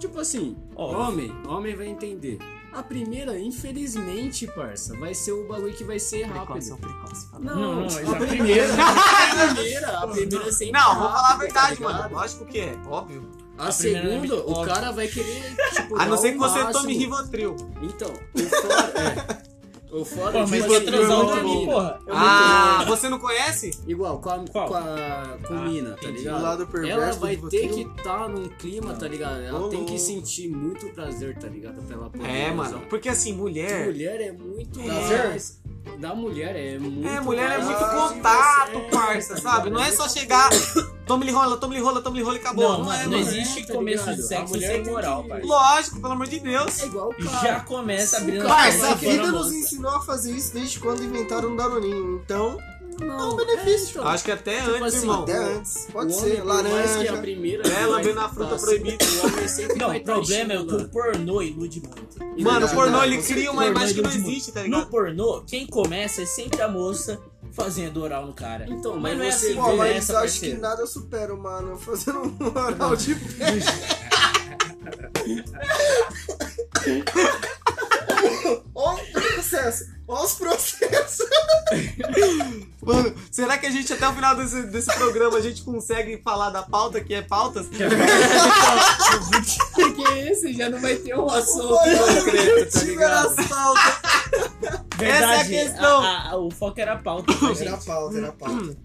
Speaker 3: Tipo assim,
Speaker 4: Ó,
Speaker 3: homem, homem vai entender. A primeira, infelizmente, parça, vai ser o bagulho que vai ser
Speaker 1: Precoce, é
Speaker 3: rápido.
Speaker 1: um precoce. fala.
Speaker 3: Não,
Speaker 4: Não, não, mas
Speaker 3: a
Speaker 4: a
Speaker 3: primeira. A primeira, a primeira é sempre
Speaker 1: Não, vou falar a
Speaker 3: rápida,
Speaker 1: verdade,
Speaker 3: tá ligado?
Speaker 1: mano. Lógico que é, óbvio.
Speaker 3: A,
Speaker 4: A primeira é
Speaker 3: segunda, o
Speaker 4: óbvio.
Speaker 3: cara vai querer, tipo,
Speaker 1: A não
Speaker 3: dar
Speaker 1: ser
Speaker 3: o
Speaker 1: que você tome
Speaker 3: máximo.
Speaker 1: Rivotril.
Speaker 3: Então, o fora. é. O fora
Speaker 4: Pô,
Speaker 3: de
Speaker 4: mas
Speaker 3: uma
Speaker 4: vou
Speaker 3: segunda
Speaker 4: transar outra
Speaker 3: mina.
Speaker 4: aqui, porra. Eu
Speaker 1: Ah, você não conhece?
Speaker 3: Igual, com a,
Speaker 4: Qual?
Speaker 3: com a com
Speaker 4: Ah,
Speaker 3: mina, tá
Speaker 1: entendi.
Speaker 2: Do
Speaker 3: ligado?
Speaker 2: lado perverso
Speaker 3: Ela vai
Speaker 2: do
Speaker 3: ter que
Speaker 2: Rivotril.
Speaker 3: estar num clima, tá ligado? Ela
Speaker 2: Ô,
Speaker 3: tem que
Speaker 2: louco.
Speaker 3: sentir muito prazer, tá ligado? Pra ela poder.
Speaker 1: É,
Speaker 3: usar.
Speaker 1: mano. Porque assim, mulher.
Speaker 3: Mulher é muito.
Speaker 4: Tá
Speaker 2: Prazer?
Speaker 3: mais- Da mulher é muito.
Speaker 1: É, mulher é
Speaker 3: mais
Speaker 1: muito
Speaker 3: de
Speaker 1: contato,
Speaker 3: você,
Speaker 1: parça,
Speaker 3: tá
Speaker 1: sabe?
Speaker 3: ligado?
Speaker 1: Não é só chegar, toma-lhe rola, toma-lhe rola, toma-lhe rola e acabou.
Speaker 4: Não,
Speaker 1: é,
Speaker 4: mano, não
Speaker 1: mano.
Speaker 4: existe
Speaker 3: Tá
Speaker 4: começo
Speaker 3: ligado?
Speaker 4: de
Speaker 3: A
Speaker 4: sexo
Speaker 3: mulher
Speaker 4: sem
Speaker 3: tem
Speaker 4: moral,
Speaker 3: que-
Speaker 4: pai.
Speaker 1: Lógico, pelo amor de Deus.
Speaker 3: É igual o cara.
Speaker 4: Já começa abrindo
Speaker 3: Cara,
Speaker 1: tá
Speaker 2: Parça,
Speaker 3: Vai,
Speaker 2: Tá, a
Speaker 4: porta
Speaker 2: vida
Speaker 4: na
Speaker 2: nos
Speaker 4: mão.
Speaker 2: ensinou a fazer isso desde quando inventaram o Daroninho. Então,
Speaker 3: Não,
Speaker 2: é um benefício.
Speaker 3: então.
Speaker 1: Acho que até
Speaker 3: Tipo
Speaker 1: antes,
Speaker 3: assim,
Speaker 1: irmão.
Speaker 2: até antes. Pode
Speaker 3: O
Speaker 2: ser,
Speaker 3: homem, por mais que a
Speaker 2: laranja.
Speaker 3: primeira.
Speaker 1: É,
Speaker 3: vai
Speaker 1: lambendo a fruta
Speaker 3: tá sempre-
Speaker 1: proibida.
Speaker 3: O homem sempre
Speaker 4: Não,
Speaker 3: vai
Speaker 4: o
Speaker 3: tá Então,
Speaker 4: problema é que o
Speaker 3: estimulando.
Speaker 4: pornô ilude muito.
Speaker 1: Mano,
Speaker 4: né?
Speaker 1: o pornô
Speaker 2: Verdade,
Speaker 1: ele
Speaker 2: com
Speaker 1: cria
Speaker 2: certeza.
Speaker 1: uma imagem que não
Speaker 4: Pornô de
Speaker 1: existe, tá
Speaker 4: No
Speaker 1: ligado?
Speaker 4: pornô, quem começa é sempre a moça fazendo oral no cara.
Speaker 3: Então,
Speaker 4: mas,
Speaker 3: mas
Speaker 4: não é
Speaker 3: você
Speaker 4: assim,
Speaker 3: vê,
Speaker 4: que
Speaker 2: Pô, mas
Speaker 4: começa,
Speaker 2: acho
Speaker 4: parceiro.
Speaker 2: que nada supera, o mano, fazendo um oral de pé. Olha os processos, olha os processos.
Speaker 1: Mano, será que a gente até o final desse, desse programa a gente consegue falar da pauta que é pautas?
Speaker 3: Porque esse já não vai ter um assunto.
Speaker 1: tá
Speaker 2: Tiver asfalto.
Speaker 4: Verdade,
Speaker 1: essa é a questão.
Speaker 4: a- a- o foco era a pauta, tá,
Speaker 2: Era
Speaker 4: gente?
Speaker 2: pauta, era pauta.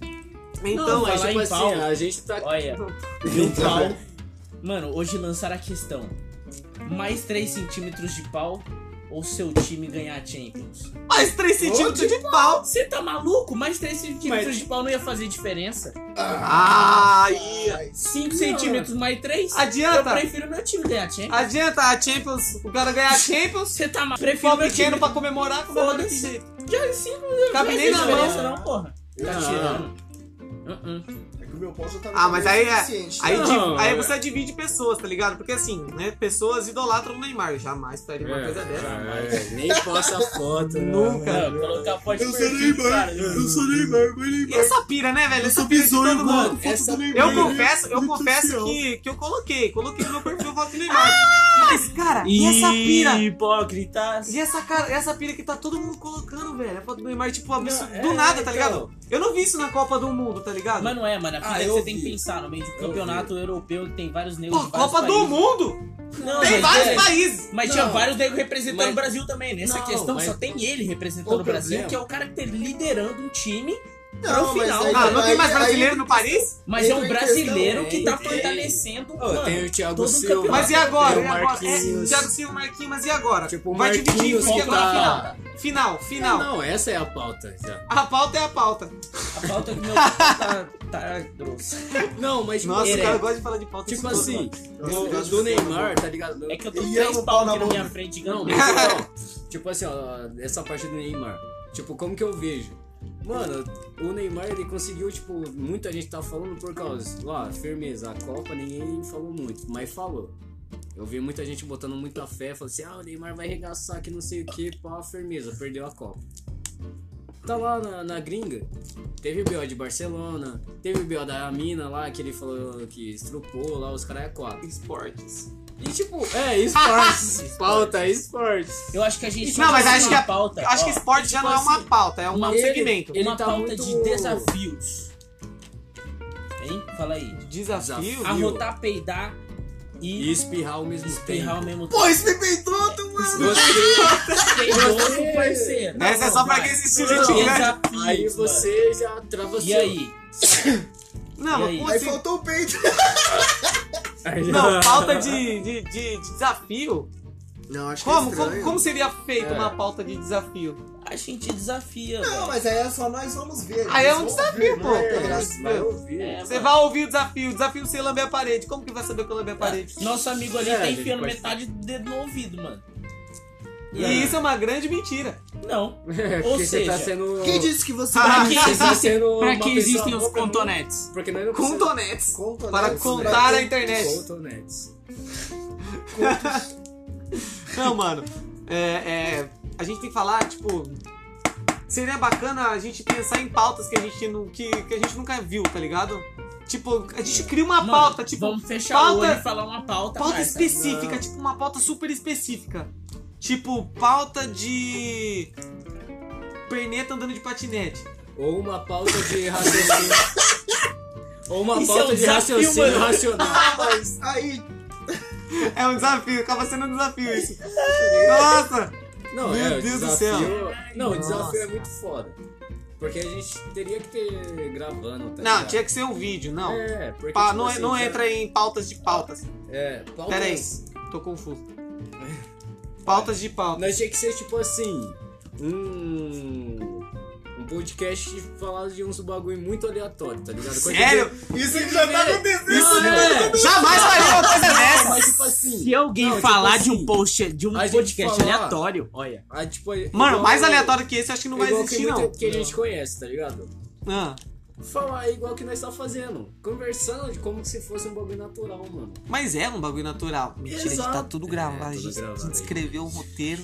Speaker 1: Então,
Speaker 4: Não,
Speaker 1: é.
Speaker 4: mas-
Speaker 3: Mas,
Speaker 4: falar
Speaker 3: tipo
Speaker 4: em
Speaker 3: assim,
Speaker 4: pau.
Speaker 3: a gente tá.
Speaker 4: Olha,
Speaker 2: Tá
Speaker 1: Tá
Speaker 4: deu pau. Mano, hoje lançaram a questão. Mais 3 centímetros de pau ou seu time ganhar a Champions?
Speaker 1: mais 3 centímetros de pau.
Speaker 4: Você tá maluco? Mais 3 centímetros de pau não ia fazer diferença?
Speaker 1: Ah, aí.
Speaker 4: 5
Speaker 3: Não.
Speaker 4: centímetros mais 3? Eu
Speaker 1: Adianta,
Speaker 4: prefiro meu time ganhar a Champions.
Speaker 1: adianta a Champions, o cara ganhar a Champions,
Speaker 4: Você tá maluco?
Speaker 1: pau
Speaker 4: Prefiro meu
Speaker 1: pequeno
Speaker 4: time.
Speaker 1: pra comemorar, comemora desse
Speaker 4: Foda-se.
Speaker 1: jeito.
Speaker 4: Já sim, não
Speaker 1: Cabe
Speaker 4: faz
Speaker 1: nem na mão.
Speaker 4: diferença, não, porra. Tá
Speaker 3: Não.
Speaker 4: tirando. Uh-uh.
Speaker 2: É que o meu pau já tava
Speaker 1: Ah, mas aí é-
Speaker 2: suficiente.
Speaker 1: Aí,
Speaker 3: Não,
Speaker 1: div- aí
Speaker 3: é.
Speaker 1: você divide pessoas, tá ligado? Porque assim, né? Pessoas idolatram o Neymar. Eu jamais faria
Speaker 4: É,
Speaker 1: uma coisa dessa. é.
Speaker 3: Nem posta foto.
Speaker 1: Nunca.
Speaker 4: Não, colocar foto
Speaker 2: Eu sou
Speaker 4: perfil do
Speaker 2: Neymar,
Speaker 4: cara.
Speaker 2: eu sou Neymar, mas
Speaker 1: E
Speaker 2: Neymar.
Speaker 1: essa pira, né, velho?
Speaker 2: Eu
Speaker 1: Essa
Speaker 2: sou
Speaker 1: pira de todo
Speaker 2: bizonho, mano.
Speaker 1: mundo.
Speaker 2: Foto do Neymar. é
Speaker 1: Eu confesso, eu
Speaker 2: Muito
Speaker 1: confesso
Speaker 2: fiel.
Speaker 1: que, que eu coloquei. Coloquei no meu perfil foto do Neymar.
Speaker 2: Ah!
Speaker 1: Mas, cara, e essa pira?
Speaker 4: Hipócritas.
Speaker 1: E essa, cara, essa pira que tá todo mundo colocando, velho? A foto do Neymar, tipo, absurdo,
Speaker 4: é,
Speaker 1: do nada,
Speaker 4: é, então.
Speaker 1: tá ligado? Eu não vi isso na Copa do Mundo, tá ligado?
Speaker 4: Mas não é, mano. A
Speaker 2: Ah,
Speaker 4: pira que
Speaker 2: eu
Speaker 4: você tem que
Speaker 2: vi.
Speaker 4: pensar no meio de um
Speaker 3: Eu
Speaker 4: campeonato europeu que tem vários negros.
Speaker 1: Pô,
Speaker 4: de vários
Speaker 1: Copa do
Speaker 4: países.
Speaker 1: Mundo!
Speaker 4: Não,
Speaker 1: Tem
Speaker 4: mas
Speaker 1: vários
Speaker 4: é-
Speaker 1: países!
Speaker 4: Mas tinha
Speaker 3: Não.
Speaker 4: vários negros representando
Speaker 3: Mas-
Speaker 4: o Brasil também. Nessa
Speaker 3: Não,
Speaker 4: questão
Speaker 3: mas-
Speaker 4: só tem ele
Speaker 3: O
Speaker 4: representando o Brasil,
Speaker 3: problema-
Speaker 4: que é o cara que tá liderando um time,
Speaker 2: Não,
Speaker 4: pro final.
Speaker 2: mas aí- é-
Speaker 1: Ah, não tem
Speaker 2: aí-
Speaker 1: mais
Speaker 2: aí-
Speaker 1: brasileiro no Paris?
Speaker 4: mas é
Speaker 2: Entra
Speaker 4: um
Speaker 2: em questão,
Speaker 4: brasileiro que tá
Speaker 3: tem-
Speaker 4: fortalecendo.
Speaker 3: Ô,
Speaker 4: mano.
Speaker 3: Tem o Thiago
Speaker 4: todo
Speaker 3: Silva.
Speaker 4: campeonato.
Speaker 1: Mas e agora?
Speaker 3: Tem
Speaker 1: E
Speaker 3: o
Speaker 1: agora? É,
Speaker 3: Marquinhos.
Speaker 1: Thiago Silva, Marquinhos, mas e agora?
Speaker 3: Tipo, o
Speaker 1: Vai dividir,
Speaker 3: Marquinhos
Speaker 1: porque agora é final.
Speaker 3: tá-
Speaker 1: Final, final.
Speaker 3: Não, essa é a pauta já.
Speaker 1: A pauta é a pauta.
Speaker 4: A falta que meu tá, tá grossa.
Speaker 3: Não, mas tipo,
Speaker 1: Nossa,
Speaker 3: ele-
Speaker 1: o cara gosta de falar de pauta.
Speaker 3: tipo
Speaker 1: isso
Speaker 3: assim,
Speaker 1: tudo,
Speaker 2: Eu
Speaker 3: do,
Speaker 2: acho
Speaker 3: do
Speaker 2: foda,
Speaker 3: Neymar, tá ligado?
Speaker 4: É que eu tô
Speaker 2: E
Speaker 4: três pau
Speaker 2: amo pau na
Speaker 4: aqui na
Speaker 2: mão.
Speaker 4: minha frente. né?
Speaker 3: Não,
Speaker 4: digamos.
Speaker 3: mas então, tipo assim, ó, essa parte do Neymar. Tipo, como que eu vejo? Mano, o Neymar ele conseguiu, tipo, muita gente tá falando por causa, ó, firmeza, a Copa ninguém falou muito, mas falou. Eu vi muita gente botando muita fé, falando assim, ah, o Neymar vai arregaçar que não sei o que, pá, firmeza, perdeu a Copa. Tá lá na, na gringa, teve o B.O. de Barcelona, teve o B.O. da mina lá, que ele falou que estrupou lá, os caras é quatro.
Speaker 1: Esportes.
Speaker 3: E tipo, é, esportes, pauta, esportes.
Speaker 4: Eu acho que a gente
Speaker 1: Não, mas
Speaker 4: tem
Speaker 1: acho que a-
Speaker 4: pauta.
Speaker 1: Acho
Speaker 4: ó,
Speaker 1: que esporte já
Speaker 4: tipo
Speaker 1: não é uma
Speaker 4: assim,
Speaker 1: pauta, é um
Speaker 4: uma-
Speaker 1: segmento.
Speaker 3: ele
Speaker 4: uma
Speaker 3: tá
Speaker 4: pauta
Speaker 3: muito-
Speaker 4: de desafios. Hein? Fala aí.
Speaker 1: Desafio?
Speaker 3: Ah,
Speaker 4: Arrotar, peidar
Speaker 3: E
Speaker 4: e
Speaker 3: espirrar ao mesmo
Speaker 4: espirrar ao
Speaker 3: tempo.
Speaker 4: mesmo
Speaker 2: Pô,
Speaker 4: tempo.
Speaker 2: esse peitou, tu, mano.
Speaker 3: Você,
Speaker 4: Peidou, parceiro. Tá
Speaker 1: Essa é só pra quem né? assistiu gente grande.
Speaker 4: Desafios,
Speaker 3: aí
Speaker 4: mano.
Speaker 3: você já trava
Speaker 4: E aí?
Speaker 1: Não,
Speaker 4: E aí?
Speaker 2: Aí
Speaker 1: mas como assim?
Speaker 2: faltou o peito.
Speaker 1: Não, pauta de, de, de- de desafio?
Speaker 2: Não, acho
Speaker 1: Como,
Speaker 2: que é
Speaker 1: como,
Speaker 2: estranho.
Speaker 1: como seria feito
Speaker 3: É.
Speaker 1: uma pauta de desafio?
Speaker 4: a gente desafia,
Speaker 2: Não,
Speaker 4: velho.
Speaker 2: mas aí é só nós vamos ver.
Speaker 1: Aí é um
Speaker 2: Eles vão
Speaker 1: desafio,
Speaker 2: ver,
Speaker 1: pô.
Speaker 2: né?
Speaker 1: Pelo amor de
Speaker 3: Vai
Speaker 1: Deus.
Speaker 3: ouvir.
Speaker 4: É,
Speaker 1: Você
Speaker 4: mano.
Speaker 1: vai ouvir o desafio, o desafio sem lamber a parede. Como que vai saber que eu
Speaker 4: É.
Speaker 1: lambi a parede?
Speaker 4: Nosso amigo ali
Speaker 3: É, a
Speaker 4: tá
Speaker 3: gente
Speaker 4: enfiando
Speaker 3: pode-
Speaker 4: metade do dedo no ouvido, mano.
Speaker 1: E isso é uma grande mentira.
Speaker 4: Não.
Speaker 3: É, porque
Speaker 4: Ou
Speaker 3: você tá
Speaker 4: seja,
Speaker 3: sendo.
Speaker 2: Quem disse que você
Speaker 1: Ah,
Speaker 2: vai
Speaker 5: Pra
Speaker 2: me
Speaker 5: que
Speaker 3: você tá
Speaker 5: existem,
Speaker 3: sendo
Speaker 5: pra
Speaker 3: uma
Speaker 5: que
Speaker 3: pessoa
Speaker 5: existem os
Speaker 3: boa pra não-
Speaker 5: contonetes?
Speaker 3: Porque nós não é
Speaker 1: Com
Speaker 3: precisamos-
Speaker 1: tonetes.
Speaker 2: conta, né?
Speaker 1: Para
Speaker 2: Isso
Speaker 1: contar
Speaker 2: daí-
Speaker 1: a internet.
Speaker 3: Contonetes.
Speaker 1: Não, mano. É, é, a gente tem que falar, tipo. Seria bacana a gente pensar em pautas que a gente, não, que, que a gente nunca viu, tá ligado? Tipo, a gente cria uma
Speaker 4: Mano,
Speaker 1: pauta, tipo,
Speaker 4: Vamos fechar
Speaker 1: pauta-
Speaker 4: o olho e falar uma pauta. né?
Speaker 1: pauta
Speaker 4: Marta.
Speaker 1: específica, tipo, uma pauta super específica. Tipo, pauta de. Perneta andando de patinete.
Speaker 3: Ou uma pauta de raciocínio. Ou uma
Speaker 4: Isso é
Speaker 3: pauta
Speaker 4: um
Speaker 3: de
Speaker 4: desafio,
Speaker 3: raciocínio
Speaker 4: mano.
Speaker 3: racional.
Speaker 2: Ah, mas aí.
Speaker 1: É um desafio, acaba sendo um desafio isso. Nossa!
Speaker 3: Não,
Speaker 1: Meu
Speaker 3: é, o
Speaker 1: Deus do
Speaker 3: desafio-
Speaker 1: céu.
Speaker 3: Não, o desafio
Speaker 1: Nossa.
Speaker 3: é muito foda. Porque a gente teria que ter gravando, tá
Speaker 1: Não,
Speaker 3: ligado?
Speaker 1: tinha que ser um vídeo, não.
Speaker 3: É, porque.
Speaker 1: Pa-
Speaker 3: tipo
Speaker 1: não,
Speaker 3: assim,
Speaker 1: não
Speaker 3: cara,
Speaker 1: entra em pautas de pautas.
Speaker 3: É, pautas.
Speaker 1: Pera aí. Tô confuso. Pautas de pauta.
Speaker 3: Nós tinha que ser tipo assim. Um. Um podcast de falar de uns bagulho muito aleatório, tá ligado? Coisa
Speaker 1: Sério?
Speaker 3: de-
Speaker 2: Isso que já tá acontecendo.
Speaker 3: Não, é.
Speaker 1: Jamais faria uma coisa
Speaker 3: Não,
Speaker 1: dessa!
Speaker 3: mas tipo assim.
Speaker 5: Se alguém
Speaker 3: Não, tipo
Speaker 5: falar de
Speaker 3: assim,
Speaker 5: um post, de um
Speaker 3: a gente
Speaker 4: é
Speaker 5: podcast
Speaker 3: falar-
Speaker 5: aleatório, olha.
Speaker 3: ah, tipo,
Speaker 1: é Mano,
Speaker 3: igual-
Speaker 1: mais aleatório que esse acho que não vai
Speaker 3: igual
Speaker 1: existir,
Speaker 3: que muita-
Speaker 1: não.
Speaker 3: que a gente conhece, tá ligado?
Speaker 1: Ah,
Speaker 3: Falar igual que nós tá fazendo. Conversando de como se fosse um bagulho natural, mano.
Speaker 1: Mas é um bagulho natural. Mentira, a gente tá
Speaker 3: Exato.
Speaker 1: tudo gravado.
Speaker 3: É,
Speaker 1: a
Speaker 3: tudo
Speaker 1: gente,
Speaker 3: gravado
Speaker 1: a gente
Speaker 3: aí.
Speaker 1: escreveu o roteiro.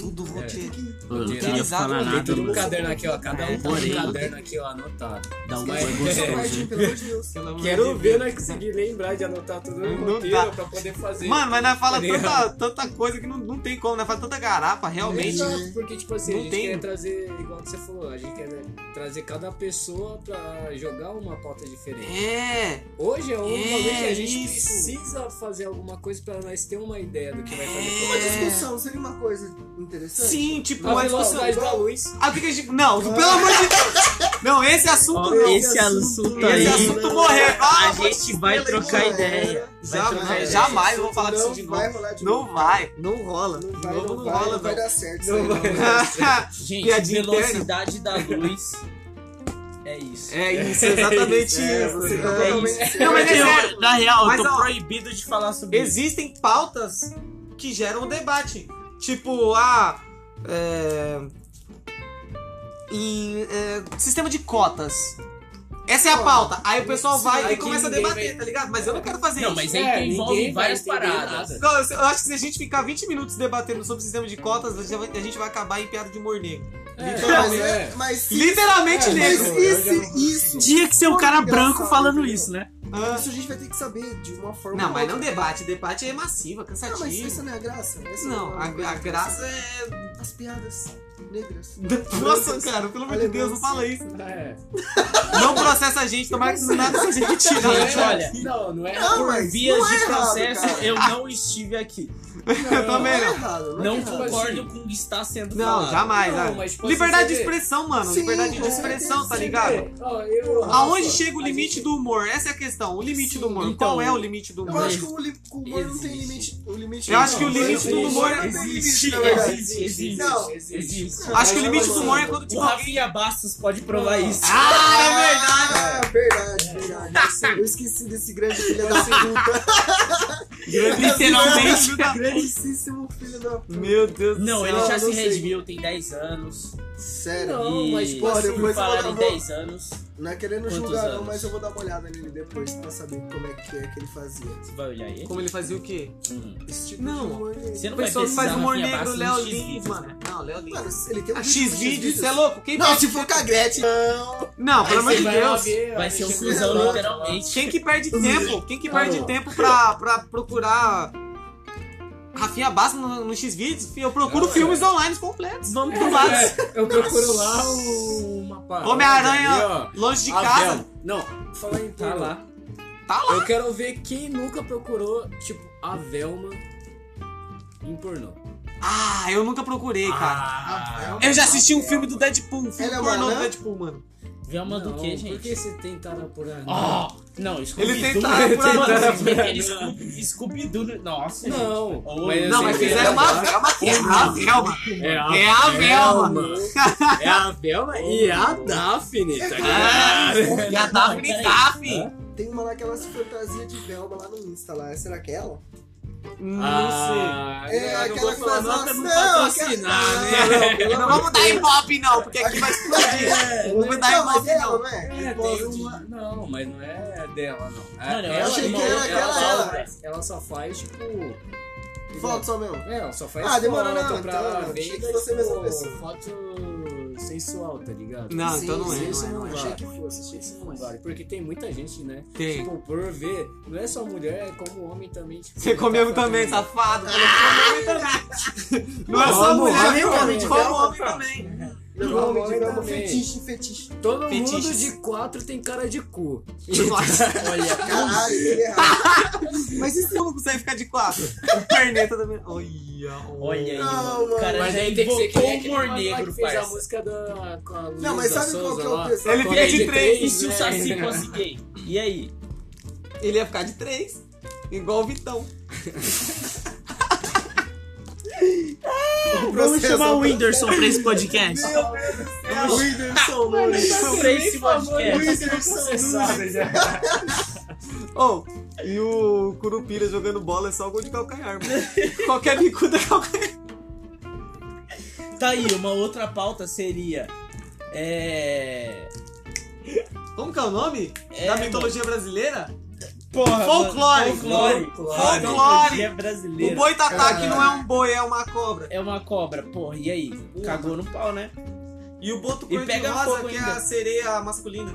Speaker 1: Tudo
Speaker 3: é.
Speaker 1: roteiro.
Speaker 5: Eu não
Speaker 3: Tem
Speaker 5: queria
Speaker 1: nada, É,
Speaker 5: falar
Speaker 1: tem
Speaker 5: nada,
Speaker 3: Tem todo um
Speaker 5: mas
Speaker 3: caderno aqui, ó. Cada um tem
Speaker 5: Porém.
Speaker 3: um caderno aqui, ó, anotado.
Speaker 5: dá um
Speaker 3: Mas-
Speaker 5: banho
Speaker 2: Essa
Speaker 5: gostoso.
Speaker 2: parte,
Speaker 5: hein?
Speaker 2: é pelo amor de Deus.
Speaker 1: Pelo amor de
Speaker 3: Quero
Speaker 1: Deus.
Speaker 3: ver nós conseguir lembrar de anotar tudo no
Speaker 1: Não
Speaker 3: roteiro
Speaker 1: dá.
Speaker 3: pra poder fazer.
Speaker 1: Mano, mas nós fala
Speaker 3: Tá ligado?
Speaker 1: tanta, tanta coisa que não, não tem como, nós fala tanta garapa, realmente.
Speaker 3: Exato, porque, tipo assim,
Speaker 1: Não
Speaker 3: a gente
Speaker 1: tem.
Speaker 3: quer trazer, igual que você falou, a gente quer né, trazer cada pessoa pra jogar uma pauta diferente.
Speaker 1: É.
Speaker 3: Hoje é um
Speaker 1: É,
Speaker 3: momento que a gente
Speaker 1: isso.
Speaker 3: precisa fazer alguma coisa pra nós ter uma ideia do é que vai
Speaker 2: Uma
Speaker 3: fazer.
Speaker 2: discussão seria uma coisa interessante?
Speaker 1: é. Sim, tipo,
Speaker 3: Uma
Speaker 1: uma discussão.
Speaker 3: velocidade da luz.
Speaker 1: Ah, fica tipo. Não, pelo amor de Deus! Não, esse assunto
Speaker 5: Ó,
Speaker 1: não.
Speaker 5: esse
Speaker 2: assunto
Speaker 5: assunto
Speaker 1: Esse
Speaker 5: aí.
Speaker 1: assunto morreu. Ah,
Speaker 5: A gente vai trocar ideia.
Speaker 1: Jamais,
Speaker 3: ideia.
Speaker 1: jamais vou falar disso de
Speaker 2: Não
Speaker 1: novo.
Speaker 2: vai rolar de
Speaker 1: Não
Speaker 2: novo.
Speaker 1: vai, não rola.
Speaker 2: Não
Speaker 1: De
Speaker 2: vai,
Speaker 1: novo
Speaker 2: não
Speaker 1: não
Speaker 2: vai,
Speaker 1: rola,
Speaker 2: não vai
Speaker 1: não.
Speaker 2: dar certo. isso
Speaker 3: Não
Speaker 2: aí,
Speaker 3: vai.
Speaker 4: Gente,
Speaker 1: Piadinha
Speaker 4: velocidade da luz. É isso.
Speaker 1: É isso, exatamente
Speaker 2: É,
Speaker 1: isso.
Speaker 2: você tá
Speaker 1: exatamente
Speaker 2: totalmente
Speaker 1: isso.
Speaker 2: certo.
Speaker 1: Não, mas é
Speaker 5: Eu-
Speaker 1: sério.
Speaker 5: na real,
Speaker 1: Mas,
Speaker 5: eu tô
Speaker 1: ó,
Speaker 5: proibido de falar sobre isso.
Speaker 1: Existem pautas que geram debate. Tipo, ah. É, em, é, sistema de cotas. Essa é a
Speaker 2: Ó,
Speaker 1: pauta. Aí o pessoal vai
Speaker 3: aí
Speaker 1: e começa a
Speaker 3: ninguém
Speaker 1: debater, tá ligado? Mas eu não quero fazer
Speaker 4: Não,
Speaker 1: isso.
Speaker 4: mas
Speaker 3: É,
Speaker 4: aí que envolve
Speaker 3: ninguém vai
Speaker 4: várias
Speaker 3: entender
Speaker 4: paradas.
Speaker 3: nada.
Speaker 1: Não, eu eu acho que se a gente ficar 20 minutos debatendo sobre o sistema de cotas, a gente vai- a gente vai acabar em piada de humor negro.
Speaker 2: Então, mas,
Speaker 3: É,
Speaker 2: é, mas se-
Speaker 1: Literalmente
Speaker 2: mas
Speaker 3: É,
Speaker 1: negro.
Speaker 3: eu-
Speaker 2: e
Speaker 3: eu já
Speaker 2: se isso?
Speaker 5: Tinha que ser um
Speaker 2: Pô,
Speaker 5: cara
Speaker 2: engraçado,
Speaker 5: branco falando
Speaker 2: entendeu?
Speaker 5: isso, né?
Speaker 1: Ah.
Speaker 2: Isso a gente vai ter que saber de uma forma.
Speaker 1: Não, mas
Speaker 2: ou
Speaker 1: não
Speaker 2: outra.
Speaker 1: debate. Debate é massiva,
Speaker 2: Ah, mas isso
Speaker 1: cansativo.
Speaker 2: não é a graça? Essa
Speaker 1: Não, a, a graça é.
Speaker 2: As piadas negras.
Speaker 1: Nossa, cara, pelo amor de Deus, não fala isso.
Speaker 3: é.
Speaker 1: Não processa a gente, tomara que do nada a gente tira.
Speaker 3: Não,
Speaker 5: Gente, olha,
Speaker 3: Não, não é.
Speaker 2: Não,
Speaker 5: Por
Speaker 2: mas
Speaker 5: vias
Speaker 2: não é
Speaker 5: de
Speaker 2: errado,
Speaker 5: processo,
Speaker 2: cara.
Speaker 5: eu não estive aqui.
Speaker 1: Eu também
Speaker 2: Não é
Speaker 1: não.
Speaker 2: errado, não é
Speaker 4: Não
Speaker 2: errado.
Speaker 4: concordo com o que está sendo
Speaker 1: Não,
Speaker 4: falado.
Speaker 1: jamais.
Speaker 3: Não,
Speaker 1: olha.
Speaker 3: mas, tipo,
Speaker 1: Liberdade de
Speaker 3: você vê-
Speaker 1: expressão, mano.
Speaker 2: Sim,
Speaker 1: Liberdade de
Speaker 2: é,
Speaker 1: expressão, tá
Speaker 2: sim,
Speaker 1: ligado?
Speaker 3: Ó, eu, Rafa,
Speaker 1: Aonde chega o
Speaker 3: a
Speaker 1: limite
Speaker 3: gente-
Speaker 1: do humor? Essa é a questão. O limite
Speaker 2: Sim,
Speaker 1: do humor.
Speaker 5: então,
Speaker 1: Qual é o limite do
Speaker 2: Eu
Speaker 1: humor?
Speaker 2: acho que o, li... o humor não tem
Speaker 5: Existe.
Speaker 2: limite. O limite
Speaker 1: Eu acho que o
Speaker 2: não,
Speaker 1: limite
Speaker 2: não
Speaker 1: do
Speaker 2: tem
Speaker 1: humor é
Speaker 2: limite, não tem
Speaker 5: existe,
Speaker 2: limite, na verdade.
Speaker 5: existe, existe.
Speaker 2: Não,
Speaker 5: Existe.
Speaker 1: Acho que o limite do
Speaker 2: Não,
Speaker 1: humor é quando
Speaker 4: O
Speaker 1: tipo.
Speaker 4: Rafinha Bastos pode provar
Speaker 3: Não.
Speaker 4: isso.
Speaker 1: Ah, é verdade!
Speaker 2: Ah, verdade, verdade. Eu esqueci desse grande filho da puta.
Speaker 5: Literalmente.
Speaker 2: Grandíssimo filho da puta.
Speaker 1: Meu Deus do
Speaker 4: Não,
Speaker 1: céu.
Speaker 4: ele já se
Speaker 2: não sei.
Speaker 4: redimiu, tem 10 anos.
Speaker 2: Sério.
Speaker 3: Não,
Speaker 4: e
Speaker 3: mas, pô,
Speaker 4: por
Speaker 2: depois eu
Speaker 4: falar
Speaker 2: vou-
Speaker 4: em 10 anos,
Speaker 2: Não é querendo
Speaker 4: Quantos
Speaker 2: julgar, não,
Speaker 4: anos?
Speaker 2: mas eu vou dar uma olhada nele depois pra saber como é que é que ele fazia.
Speaker 4: você vai olhar ele?
Speaker 1: Como ele fazia o quê?
Speaker 4: Hum.
Speaker 2: Esse tipo
Speaker 1: Não,
Speaker 2: de humor dele.
Speaker 4: Você
Speaker 1: O
Speaker 4: não vai
Speaker 1: pessoal que faz
Speaker 4: pesquisar
Speaker 1: humor
Speaker 4: Rafinha
Speaker 1: negro,
Speaker 4: Bastos
Speaker 1: Léo
Speaker 4: no X-Videos,
Speaker 1: Lins, mano.
Speaker 4: né?
Speaker 1: Não, Léo Lins.
Speaker 2: Mano, ele tem um
Speaker 1: A
Speaker 2: vídeo
Speaker 1: X
Speaker 2: no
Speaker 1: vídeos,
Speaker 2: X-Videos.
Speaker 1: você é louco? Quem
Speaker 2: Não,
Speaker 1: pega-
Speaker 2: se for com a Gretchen. Não.
Speaker 1: Não, pelo
Speaker 3: Aí
Speaker 1: amor
Speaker 3: você
Speaker 1: de
Speaker 3: vai lá
Speaker 1: Deus.
Speaker 3: ver,
Speaker 4: Vai
Speaker 3: aí
Speaker 4: ser um
Speaker 3: chega
Speaker 4: cuzão,
Speaker 3: lá,
Speaker 4: literalmente.
Speaker 1: Quem que perde tempo? Quem que perde
Speaker 2: Não.
Speaker 1: tempo pra, pra procurar Rafinha Bastos no, no X-Vídeos? Fi, Eu procuro
Speaker 3: Não, é.
Speaker 1: filmes online completos. Vamos pro lado.
Speaker 3: É, eu procuro lá o- uma parada. ali, ó.
Speaker 1: Homem-Aranha, longe de
Speaker 3: Ah,
Speaker 1: casa.
Speaker 3: Velma. Não, falar em
Speaker 5: Tá
Speaker 3: tudo.
Speaker 5: lá.
Speaker 1: Tá lá.
Speaker 3: Eu quero ver quem nunca procurou, tipo, a Velma em pornô.
Speaker 1: Ah, eu nunca procurei, cara. é
Speaker 2: Ah,
Speaker 1: Eu já assisti um filme do Deadpool, um filme
Speaker 2: Ela é
Speaker 1: pornô do
Speaker 2: malandra?
Speaker 1: Deadpool, mano.
Speaker 4: Velma do
Speaker 3: Não,
Speaker 4: quê,
Speaker 3: Por que
Speaker 4: gente?
Speaker 3: se tentaram por aí?
Speaker 4: Ah, não, Scooby-Doo.
Speaker 2: tentaram por aí,
Speaker 4: Mano,
Speaker 2: tentaram
Speaker 4: vocês meteram Scooby- Scooby-doo. no- Nossa,
Speaker 3: Não,
Speaker 4: gente. Ô,
Speaker 3: mas
Speaker 1: Não,
Speaker 3: sei
Speaker 1: mas
Speaker 3: que
Speaker 1: fizeram
Speaker 3: é
Speaker 1: uma
Speaker 3: a-
Speaker 1: Velma que é a Velma.
Speaker 3: É a,
Speaker 1: É a Velma.
Speaker 3: É a Velma e a Daphne. Tá
Speaker 1: Ah,
Speaker 3: ligado?
Speaker 1: E a Daphne
Speaker 4: Peraí.
Speaker 1: Daphne.
Speaker 2: Tem uma lá que ela se fantasia de Velma lá no Insta lá. Será que é ela? É,
Speaker 1: Não
Speaker 3: sei. Ah, não
Speaker 2: aquela
Speaker 3: vou
Speaker 2: que
Speaker 3: falar
Speaker 2: faz
Speaker 3: nada pra
Speaker 2: uma-
Speaker 3: não
Speaker 2: não,
Speaker 3: patrocinar,
Speaker 2: aquela- Ah,
Speaker 3: né?
Speaker 1: sei. Não vamos dar ibope, não, porque aqui vai explodir. Não vou dar
Speaker 2: Não, mas
Speaker 1: ibope,
Speaker 2: é
Speaker 1: não.
Speaker 2: ela, não é?
Speaker 3: É,
Speaker 2: Que
Speaker 3: tem
Speaker 2: posta de-
Speaker 3: uma... Não, mas não é dela, não. A-
Speaker 4: Mano, eu
Speaker 3: ela,
Speaker 2: achei que
Speaker 3: ela-
Speaker 2: era
Speaker 3: ela
Speaker 2: aquela,
Speaker 3: só
Speaker 2: ela.
Speaker 3: faz- Ela só faz, tipo...
Speaker 2: Foto só mesmo.
Speaker 3: É, ela só faz
Speaker 2: Ah, demorou,
Speaker 3: foto
Speaker 2: não,
Speaker 3: pra
Speaker 2: então,
Speaker 3: ver,
Speaker 2: achei que fosse a mesma
Speaker 3: tipo,
Speaker 2: pessoa.
Speaker 3: Foto sensual, tá ligado?
Speaker 1: Não, então não é,
Speaker 3: Sim,
Speaker 1: não
Speaker 3: isso
Speaker 1: é, não é.
Speaker 2: Achei
Speaker 3: vale.
Speaker 2: que fosse, achei que
Speaker 3: Isso não
Speaker 2: fosse.
Speaker 3: vale, porque tem muita gente, né?
Speaker 1: Tem.
Speaker 3: Tipo, por ver, não é só mulher, é como homem também. Tipo,
Speaker 1: Você
Speaker 3: tá
Speaker 1: comeu
Speaker 3: fazendo-
Speaker 1: também, safado. Não é só
Speaker 3: Como
Speaker 1: mulher,
Speaker 3: homem
Speaker 1: viu, homem?
Speaker 3: também.
Speaker 1: Como homem também.
Speaker 2: Não,
Speaker 3: Não,
Speaker 2: homem de
Speaker 3: homem
Speaker 2: Velma,
Speaker 3: também.
Speaker 2: fetiche, fetiche.
Speaker 3: Todo mundo
Speaker 1: Fetiches.
Speaker 3: de quatro tem cara de cu.
Speaker 1: Nossa,
Speaker 4: Olha,
Speaker 2: Caralho, ele é errado.
Speaker 1: Mas e se não consegue ficar de quatro? O perneta também. Olha,
Speaker 4: olha aí,
Speaker 2: Não,
Speaker 4: mano.
Speaker 2: mano.
Speaker 4: O cara
Speaker 3: Mas
Speaker 4: já
Speaker 3: aí tem que ser é que
Speaker 4: invocou
Speaker 3: nem
Speaker 4: o
Speaker 3: aquele
Speaker 4: humor
Speaker 3: mano lá que
Speaker 4: negro,
Speaker 3: fez a
Speaker 4: parça.
Speaker 3: música da, com a
Speaker 2: Não, mas
Speaker 3: Luísa
Speaker 2: sabe qual
Speaker 3: Sonza
Speaker 2: que é
Speaker 3: lá?
Speaker 2: o pessoal?
Speaker 1: Ele
Speaker 3: Com a
Speaker 1: vem de
Speaker 3: Lady
Speaker 1: três,
Speaker 4: E se o
Speaker 3: né?
Speaker 4: Saci fosse gay? E aí?
Speaker 1: Ele ia ficar de três. Igual o Vitão.
Speaker 5: Vamos
Speaker 2: Processo,
Speaker 5: chamar o Whindersson pra esse podcast.
Speaker 2: é O Whindersson, mano.
Speaker 4: Sobre esse podcast.
Speaker 1: Oh, e o Curupira jogando bola é só gol de calcanhar, mano. Qualquer bicuda é calcanhar.
Speaker 4: Tá aí, uma outra pauta seria. É.
Speaker 1: Como que é o nome?
Speaker 4: É,
Speaker 1: da
Speaker 4: mano.
Speaker 1: mitologia brasileira?
Speaker 4: Porra,
Speaker 1: Folclore.
Speaker 4: mano, Folclore!
Speaker 2: Folclore.
Speaker 4: Folclore! É
Speaker 1: O
Speaker 4: brasileiro.
Speaker 1: boi tatá que não é um boi, é uma cobra.
Speaker 4: É uma cobra, porra, e aí? Cagou no pau, né?
Speaker 1: E o boto
Speaker 4: E pega
Speaker 1: cor-de-rosa
Speaker 4: fogo
Speaker 1: que é
Speaker 4: ainda.
Speaker 1: a sereia masculina.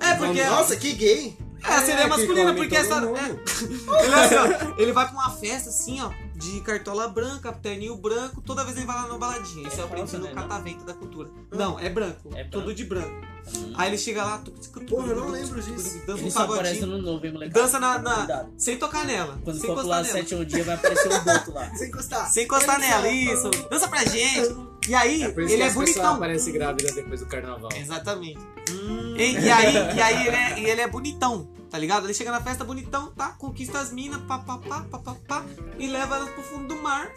Speaker 1: É, porque...
Speaker 2: Nossa, que gay.
Speaker 1: É, a sereia
Speaker 3: que
Speaker 1: masculina,
Speaker 3: come
Speaker 1: porque
Speaker 3: todo
Speaker 1: essa.
Speaker 3: mundo.
Speaker 1: é. Ele, é assim, ó, ele vai pra uma festa assim, ó, de cartola branca, terninho branco, toda vez ele vai lá numa baladinha. Isso
Speaker 4: É
Speaker 1: é o
Speaker 4: falsa,
Speaker 1: princípio
Speaker 4: né,
Speaker 1: do
Speaker 4: não?
Speaker 1: catavento da cultura.
Speaker 3: Ah.
Speaker 1: Não, é branco.
Speaker 4: É
Speaker 1: Tudo
Speaker 4: branco. Hum.
Speaker 1: de branco. Aí ele chega lá, tu- tu- tu-
Speaker 2: Porra, eu não
Speaker 1: tu-
Speaker 2: lembro
Speaker 1: tu- tu-
Speaker 2: disso.
Speaker 1: Dança
Speaker 4: Ele
Speaker 1: um
Speaker 4: só aparece
Speaker 1: pagodinho.
Speaker 4: no novo, hein, moleque?
Speaker 1: Dança na. na-
Speaker 4: Cuidado.
Speaker 1: sem tocar nela.
Speaker 4: Quando
Speaker 1: sem
Speaker 4: for
Speaker 1: encostar
Speaker 4: pular
Speaker 1: nela.
Speaker 4: 7 um dia, vai aparecer o boto lá.
Speaker 2: Sem encostar.
Speaker 1: Sem encostar
Speaker 2: Olha
Speaker 1: nela,
Speaker 2: só.
Speaker 1: isso. Dança pra gente. E aí,
Speaker 3: É por isso
Speaker 1: ele
Speaker 3: que
Speaker 1: é
Speaker 3: as pessoas
Speaker 1: bonitão.
Speaker 3: aparecem grávidas depois do carnaval.
Speaker 1: Exatamente. Então. E, e aí, e aí ele, é, e ele é bonitão, tá ligado? Ele chega na festa bonitão, tá? Conquista as minas, pá, pá, pá, pá, pá, pá, e leva elas pro fundo do mar,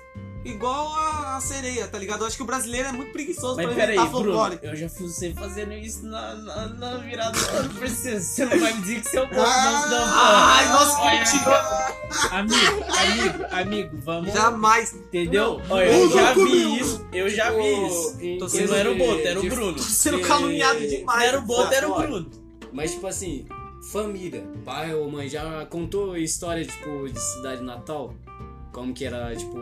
Speaker 1: igual a, a sereia, tá ligado? Eu acho que o brasileiro é muito preguiçoso
Speaker 4: Mas
Speaker 1: pra
Speaker 4: peraí,
Speaker 1: inventar
Speaker 4: Bruno,
Speaker 1: folclore.
Speaker 4: eu já fiz você fazendo isso na, na, na virada do ano francês. Você não vai me dizer que seu boto não dá
Speaker 1: Ah! Ai, nossa, que
Speaker 4: Olha,
Speaker 1: mentira!
Speaker 4: Amigo, amigo, amigo, vamos.
Speaker 1: Jamais!
Speaker 4: Entendeu? Olha, eu
Speaker 2: Bruno
Speaker 4: já vi
Speaker 2: comeu.
Speaker 4: isso, eu já vi isso.
Speaker 3: Tô
Speaker 4: E não era o boto, era o
Speaker 3: Tipo,
Speaker 4: Bruno.
Speaker 1: Tô sendo
Speaker 3: É.
Speaker 1: caluniado demais.
Speaker 4: Não era o boto,
Speaker 1: Tá.
Speaker 4: era o
Speaker 3: Fora.
Speaker 4: Bruno.
Speaker 3: Mas, tipo assim, família. Pai ou mãe já contou história, tipo, de cidade natal? Como que era, tipo,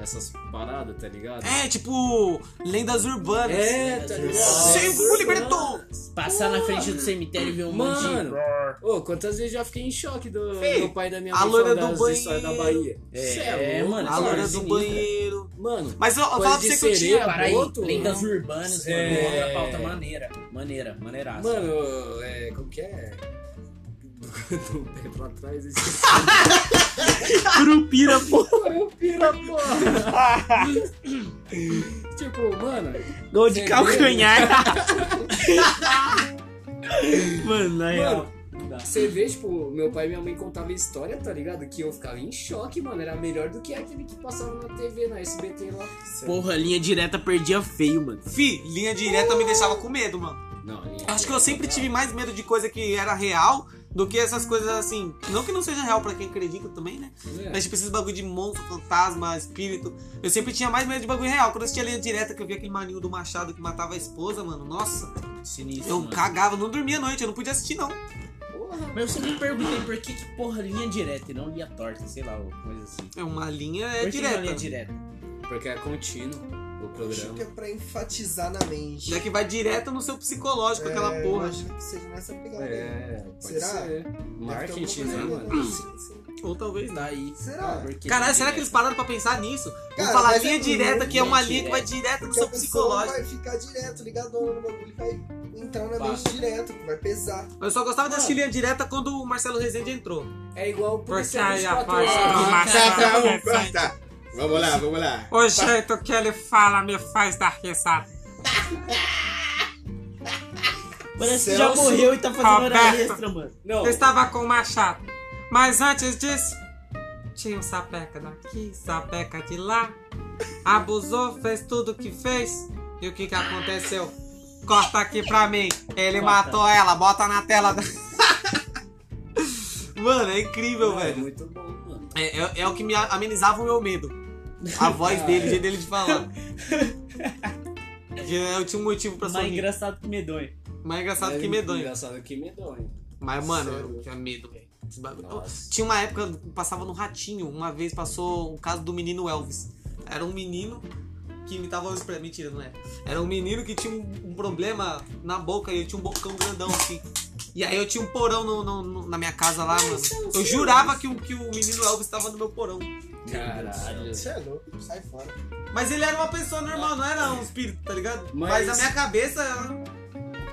Speaker 3: essas paradas, tá ligado?
Speaker 1: É, tipo, lendas urbanas.
Speaker 3: É, tá ligado?
Speaker 1: Sem o libertou!
Speaker 4: Passar na frente do cemitério e ver um monte de-
Speaker 3: Mano, ô, quantas vezes eu já fiquei em choque do,
Speaker 1: Fih,
Speaker 3: do pai da minha
Speaker 1: a
Speaker 3: mãe
Speaker 1: loira
Speaker 3: falando
Speaker 1: do
Speaker 3: das
Speaker 1: banheiro.
Speaker 3: histórias da Bahia.
Speaker 4: É,
Speaker 3: Cê é louco,
Speaker 4: mano,
Speaker 1: A
Speaker 3: cara,
Speaker 1: loira do
Speaker 3: sinistra.
Speaker 1: banheiro.
Speaker 3: Mano,
Speaker 1: Mas eu, eu
Speaker 3: Coisa
Speaker 1: falo pra você
Speaker 3: de
Speaker 1: que eu
Speaker 3: sereia.
Speaker 1: tinha.
Speaker 4: Cara, Ah, aí,
Speaker 3: boto,
Speaker 4: lendas urbanas, mano.
Speaker 3: É.
Speaker 4: Outra pauta maneira. Maneira, maneiraça.
Speaker 3: mano, é, como que é? Do, do pé pra trás, esqueci.
Speaker 5: Curupira, pô.
Speaker 3: Eu pira, porra! tipo, mano,
Speaker 5: Gol de
Speaker 3: Entendeu?
Speaker 5: calcanhar. Mano, na real.
Speaker 3: mano, você vê, tipo, meu pai e minha mãe contavam história, tá ligado? Que eu ficava em choque, mano. Era melhor do que aquele que passava na TV, na SBT lá.
Speaker 5: Porra, linha direta perdia feio, mano.
Speaker 1: Fi, linha direta me deixava com medo, mano.
Speaker 3: Não,
Speaker 1: Acho que eu sempre tive mais medo de coisa que era real do que essas coisas assim. Não que não seja real pra quem acredita também, né?
Speaker 3: É.
Speaker 1: Mas tipo esses bagulho de monstro, fantasma, espírito. Eu sempre tinha mais medo de bagulho real. Quando eu assistia a linha direta que eu via aquele maninho do Machado que matava a esposa, mano. Nossa,
Speaker 4: Sinistro,
Speaker 1: eu
Speaker 4: mano.
Speaker 1: cagava, não dormia à noite, eu não podia assistir, não.
Speaker 3: Porra,
Speaker 4: Mas eu sempre me perguntei por que, que porra linha direta e não linha torta, sei lá, ou coisa assim.
Speaker 1: É uma linha é
Speaker 4: por que não
Speaker 1: direta.
Speaker 4: linha direta?
Speaker 3: Porque é contínuo o
Speaker 2: Acho que
Speaker 3: programa.
Speaker 2: é pra enfatizar na mente.
Speaker 1: Já que vai direto no seu psicológico, aquela
Speaker 2: É,
Speaker 1: porra.
Speaker 2: Imagino que seja nessa pegada. aí.
Speaker 3: É, pode
Speaker 2: né? Será?
Speaker 3: ser. Marketing, né, mano?
Speaker 2: Sim, sim.
Speaker 1: Ou talvez não.
Speaker 4: Tá aí.
Speaker 2: Será?
Speaker 4: Porque
Speaker 1: Caralho,
Speaker 4: linha
Speaker 1: será que eles
Speaker 4: direta-
Speaker 1: pararam pra pensar nisso? Vou
Speaker 2: Cara,
Speaker 1: falar
Speaker 2: mas é
Speaker 1: linha
Speaker 2: tudo,
Speaker 1: direta, que é
Speaker 4: linha
Speaker 1: uma linha que vai
Speaker 4: direta.
Speaker 1: direto no
Speaker 2: Porque a
Speaker 1: seu
Speaker 2: pessoa
Speaker 1: psicológico.
Speaker 2: vai ficar direto, ligadona no bagulho, e vai entrar na
Speaker 4: Pá.
Speaker 2: mente direto, vai pesar.
Speaker 1: Eu só gostava de assistir linha direta quando o Marcelo Rezende entrou.
Speaker 3: É igual o Polícia
Speaker 1: Porque aí a
Speaker 3: 24
Speaker 1: parte
Speaker 3: horas.
Speaker 1: do
Speaker 2: Ah,
Speaker 1: Marcelo.
Speaker 2: tá, Vamos lá, vamos lá.
Speaker 1: O jeito que ele fala me faz dar risada.
Speaker 4: Parece que já
Speaker 2: Celso
Speaker 4: morreu e tá fazendo hora
Speaker 1: Roberto.
Speaker 4: extra, mano. Não.
Speaker 1: Eu estava com o machado. Mas antes disso, tinha um sapeca daqui, sapeca de lá. Abusou, fez tudo o que fez. E o que que aconteceu? Corta aqui pra mim. Ele
Speaker 4: Corta.
Speaker 1: matou ela, bota na tela. da- Mano, é incrível,
Speaker 3: Ah, É
Speaker 1: velho.
Speaker 3: muito bom, mano.
Speaker 1: É, é- é o que me a- amenizava o meu medo. A voz
Speaker 3: É.
Speaker 1: dele, o jeito dele de falar. Eu tinha um motivo pra
Speaker 4: Mais
Speaker 1: sorrir.
Speaker 4: engraçado que medonho.
Speaker 1: Mais engraçado
Speaker 3: É
Speaker 1: que medonho.
Speaker 3: Engraçado que medonho.
Speaker 1: Mas, mano,
Speaker 2: Sério?
Speaker 1: eu tinha medo, velho. Esse bagulho-
Speaker 3: Nossa.
Speaker 1: Tinha uma época, que passava no Ratinho, uma vez passou o caso do menino Elvis. Era um menino que imitava o Elvis Presley. Mentira, não é. Era um menino que tinha um, um problema na boca e ele tinha um bocão grandão, assim. E aí eu tinha um porão no- no- no- na minha casa lá, mano. Eu jurava que, o- que o menino Elvis tava no meu porão.
Speaker 3: Caralho.
Speaker 2: Você é louco, sai fora.
Speaker 1: Mas ele era uma pessoa normal, não era um espírito, tá ligado? Mas,
Speaker 3: Mas-
Speaker 1: a minha cabeça era...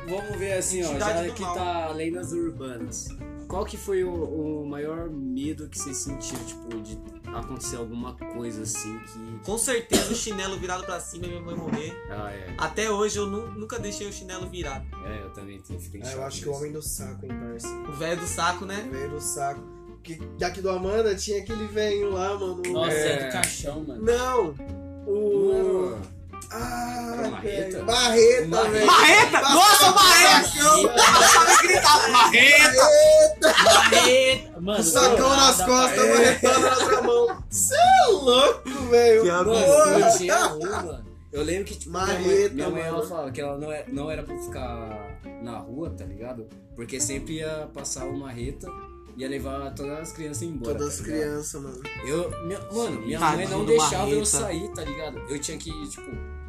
Speaker 3: Vamos ver assim, ó,
Speaker 1: Entidade
Speaker 3: já
Speaker 1: do
Speaker 3: que
Speaker 1: mal.
Speaker 3: tá lendas urbanas. Qual que foi o, o maior medo que você sentiu, tipo, de acontecer alguma coisa assim que.
Speaker 1: Com certeza o chinelo virado pra cima e minha mãe morrer.
Speaker 3: Ah, é.
Speaker 1: Até hoje eu nu- nunca deixei o chinelo virado.
Speaker 3: É, eu também tenho fiquei em
Speaker 2: Ah, eu
Speaker 3: choque
Speaker 2: acho que o
Speaker 3: mesmo.
Speaker 2: homem do saco, hein, parça.
Speaker 1: O velho do saco, né?
Speaker 2: Velho do saco. Porque daqui do Amanda tinha aquele velho lá, mano.
Speaker 4: Nossa,
Speaker 2: É.
Speaker 4: é do caixão, mano.
Speaker 2: Não! O.
Speaker 3: Mano, Era
Speaker 2: Ah,
Speaker 3: marreta?
Speaker 2: velho. Marreta, velho.
Speaker 1: Marreta! Nossa, marreta! Eu tava gritando, marreta!
Speaker 4: Marreta! Mano,
Speaker 2: O sacão
Speaker 4: nada,
Speaker 2: nas costas,
Speaker 4: parece.
Speaker 2: marretando na outra mão. Cê é louco, velho.
Speaker 1: Que absurdo.
Speaker 2: Porra.
Speaker 3: Mano, eu tinha uma. Eu lembro que, tipo,
Speaker 2: Marreta,
Speaker 3: minha mãe, minha mãe ela
Speaker 2: mano.
Speaker 3: fala que ela não, é, não era pra ficar na rua, tá ligado? Porque sempre ia passar uma marreta e ia levar todas as crianças embora.
Speaker 2: Todas as
Speaker 3: tá ligado?
Speaker 2: crianças, mano.
Speaker 3: Eu, minha- mano, minha
Speaker 1: Tadinho
Speaker 3: mãe não
Speaker 1: do
Speaker 3: deixava
Speaker 1: Marreta.
Speaker 3: eu sair, tá ligado? Eu tinha que, tipo.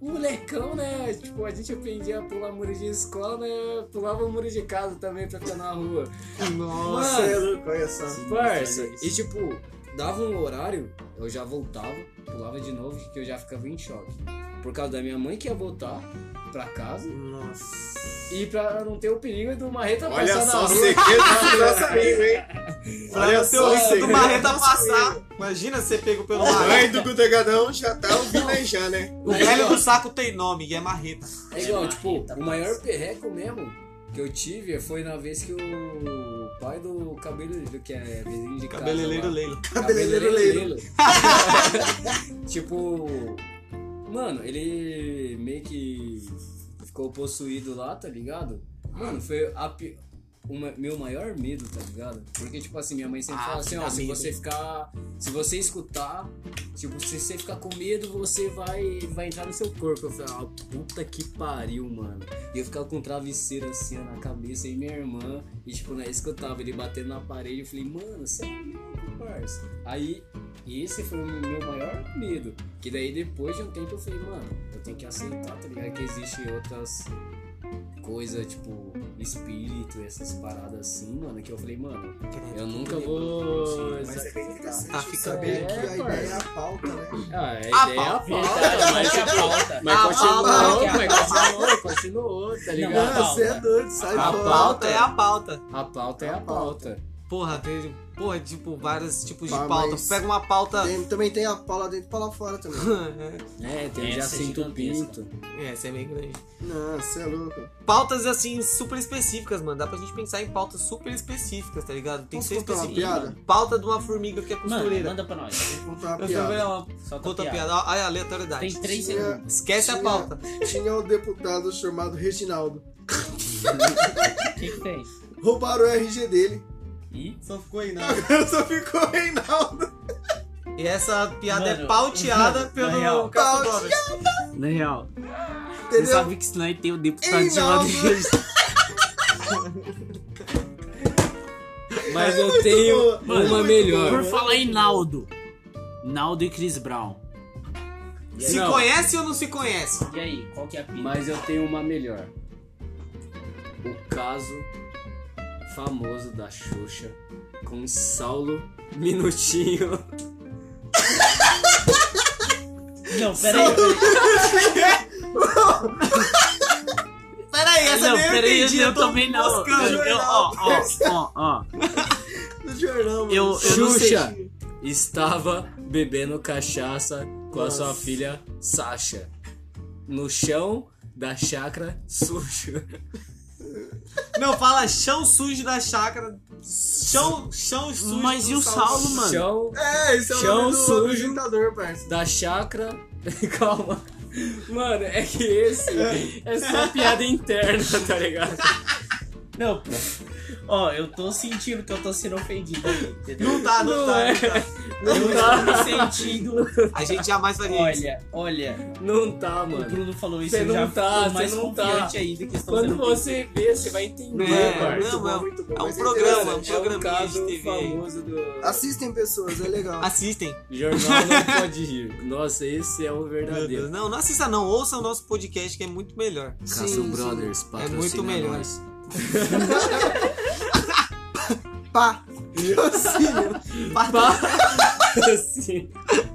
Speaker 3: Molecão, né? Tipo, a gente aprendia a pular muro de escola, né? Pulava o muro de casa também pra ficar na rua.
Speaker 1: Nossa!
Speaker 2: Você é louco, olha só.
Speaker 3: Parça, e tipo, dava um horário, eu já voltava, pulava de novo, que eu já ficava em choque. Por causa da minha mãe que ia voltar pra casa
Speaker 2: Nossa.
Speaker 3: e pra não ter o perigo do marreta
Speaker 2: Olha
Speaker 3: passar
Speaker 2: só
Speaker 3: na
Speaker 2: o
Speaker 3: rua.
Speaker 2: segredo do nosso amigo, hein? Olha
Speaker 1: Olha
Speaker 2: só
Speaker 1: o
Speaker 2: o
Speaker 1: risco é, do
Speaker 2: segredo.
Speaker 1: marreta passar. Imagina ser pego pelo
Speaker 2: Mãe
Speaker 1: marreta.
Speaker 2: do Gudegadão já tá ouvindo aí já, né?
Speaker 1: O velho do saco tem nome e é marreta.
Speaker 3: É igual, tipo, o maior perreco mesmo que eu tive foi na vez que o pai do cabeleireiro, que é vizinho de casa.
Speaker 1: Cabeleireiro
Speaker 3: lá,
Speaker 1: Leilo.
Speaker 2: Cabeleireiro Leilo.
Speaker 3: tipo, mano, ele meio que ficou possuído lá, tá ligado? Mano, foi a pi- o ma- meu maior medo, tá ligado? Porque, tipo assim, minha mãe sempre
Speaker 1: Ah,
Speaker 3: fala assim,
Speaker 1: dá
Speaker 3: ó, se
Speaker 1: medo.
Speaker 3: você ficar. Se você escutar, tipo, se você ficar com medo, você vai, vai entrar no seu corpo. Eu falei, ah, puta que pariu, mano. E eu ficava com um travesseiro assim ó, na cabeça e minha irmã. E tipo, né, escutava ele batendo na parede. Eu falei, mano, você é louco, parça. Aí, esse foi o meu maior medo. Que daí depois de um tempo eu falei, mano, eu tenho que aceitar, tá ligado? Que existem outras coisas, tipo, espírito, essas paradas assim, mano. Que eu falei, mano, eu nunca vou.
Speaker 2: Mas é bem interessante
Speaker 1: Tá
Speaker 2: saber
Speaker 3: ficando-
Speaker 2: que a
Speaker 3: É,
Speaker 2: ideia é
Speaker 3: parça.
Speaker 2: a pauta, né?
Speaker 3: Ah, é
Speaker 1: Ah,
Speaker 3: ideia
Speaker 1: pau.
Speaker 3: a pauta.
Speaker 4: Verdade, mas que a pauta.
Speaker 3: Mas
Speaker 1: Ah,
Speaker 3: continuou,
Speaker 4: pau.
Speaker 3: mas continuou, continuou, tá
Speaker 4: Não,
Speaker 3: ligado?
Speaker 4: a
Speaker 2: Mano, você é doido, sai
Speaker 1: A
Speaker 2: fora.
Speaker 1: pauta é a pauta.
Speaker 3: A pauta é a pauta.
Speaker 1: Porra, teve. Porra, tipo, vários tipos de
Speaker 2: Pá,
Speaker 1: pauta.
Speaker 2: mas-
Speaker 1: Pega uma pauta.
Speaker 2: Tem- também tem a Paula dentro e Paula fora também.
Speaker 3: É, tem
Speaker 4: Essa
Speaker 3: o
Speaker 4: é
Speaker 3: Jacinto
Speaker 4: gigantesca.
Speaker 3: Pinto.
Speaker 1: É, essa é meio grande.
Speaker 2: Não, você é louco.
Speaker 1: Pautas assim, super específicas, mano. Dá pra gente pensar em pautas super específicas, tá ligado? Tem
Speaker 2: Posso
Speaker 1: que ser
Speaker 2: contar uma
Speaker 1: específico.
Speaker 2: piada?
Speaker 1: Pauta de uma formiga que é
Speaker 4: Mano,
Speaker 1: costureira.
Speaker 4: manda pra nós.
Speaker 2: Vou contar É uma
Speaker 1: Eu também,
Speaker 2: piada. É.
Speaker 1: ó,
Speaker 4: Solta
Speaker 1: conta a
Speaker 4: a
Speaker 1: piada. Olha a aleatoriedade.
Speaker 4: Tem três segundos.
Speaker 2: Tinha,
Speaker 1: Esquece a
Speaker 2: Tinha-
Speaker 1: pauta.
Speaker 2: tinha um deputado chamado Reginaldo.
Speaker 4: O que, que tem?
Speaker 2: Roubaram o RG dele.
Speaker 4: Ih,
Speaker 1: Só ficou aí, não.
Speaker 2: Agora só ficou o Reinaldo.
Speaker 1: E essa piada é
Speaker 4: Mano,
Speaker 1: pauteada
Speaker 4: mano, na
Speaker 1: pelo
Speaker 4: real.
Speaker 1: Capo Gomes.
Speaker 5: Na real, você
Speaker 2: Entendeu?
Speaker 5: sabe que isso não tem o deputado
Speaker 2: Ei,
Speaker 5: de
Speaker 2: não.
Speaker 5: Madrid.
Speaker 3: Mas eu tenho
Speaker 2: É boa. É
Speaker 3: uma
Speaker 2: Muito
Speaker 3: melhor.
Speaker 5: Por falar em Naldo. Naldo e Chris Brown.
Speaker 1: Se
Speaker 3: Não,
Speaker 1: conhece ou não se conhece?
Speaker 4: e aí, qual que é a pira?
Speaker 3: Mas eu tenho uma melhor. O caso famoso da Xuxa com Saulo Minutinho.
Speaker 4: Não, peraí, peraí.
Speaker 1: Peraí, essa
Speaker 5: não,
Speaker 1: nem eu
Speaker 5: peraí,
Speaker 1: entendi.
Speaker 5: eu também não.
Speaker 1: moscando.
Speaker 5: Eu, eu- ó, ó, ó, ó.
Speaker 2: No jornal, mano.
Speaker 5: Eu, eu não sei.
Speaker 3: Xuxa estava bebendo cachaça com a sua filha Sasha no chão da chácara sujo.
Speaker 1: Não, fala chão sujo da chácara. Chão, chão sujo.
Speaker 5: Mas
Speaker 1: do
Speaker 5: e o Saulo, mano?
Speaker 3: Chão
Speaker 2: É, esse é o
Speaker 3: Chão
Speaker 2: nome do
Speaker 3: sujo.
Speaker 2: apresentador, parça.
Speaker 3: da chácara. Calma. Mano, é que esse é só piada interna, tá ligado?
Speaker 4: Não, pô. ó, eu tô sentindo que eu tô sendo ofendido aqui, entendeu?
Speaker 1: Não tá, não,
Speaker 3: Não
Speaker 1: tá,
Speaker 3: é.
Speaker 1: não tá.
Speaker 4: Eu tô me sentindo.
Speaker 3: tá.
Speaker 1: A gente jamais vai ver isso.
Speaker 4: Olha, olha,
Speaker 3: Não tá,
Speaker 4: o
Speaker 3: mano.
Speaker 4: Bruno falou isso,
Speaker 3: Cê
Speaker 4: eu
Speaker 3: não
Speaker 4: já
Speaker 3: tá,
Speaker 4: tô mais
Speaker 3: cê não tá.
Speaker 4: confiante ainda que estou
Speaker 3: Quando
Speaker 4: sendo
Speaker 3: você vê, você vai entender,
Speaker 1: É,
Speaker 3: parça.
Speaker 1: não, é um-
Speaker 2: muito bom,
Speaker 1: é um
Speaker 2: mas
Speaker 1: programa.
Speaker 2: interessante.
Speaker 3: Mano, é um
Speaker 1: programinha
Speaker 3: caso
Speaker 1: de TV.
Speaker 3: famoso do
Speaker 2: Assistem pessoas, é legal.
Speaker 1: Assistem.
Speaker 3: Jornal Não Pode Rir. Nossa, esse é o
Speaker 1: Meu
Speaker 3: verdadeiro.
Speaker 1: Deus. Não, não assista não. Ouça o nosso podcast que é muito melhor.
Speaker 3: Castle Brothers, patrocina
Speaker 1: É muito melhor.
Speaker 3: nós.
Speaker 2: Pá! Patrocínio.
Speaker 1: Pat-
Speaker 3: Patrocina.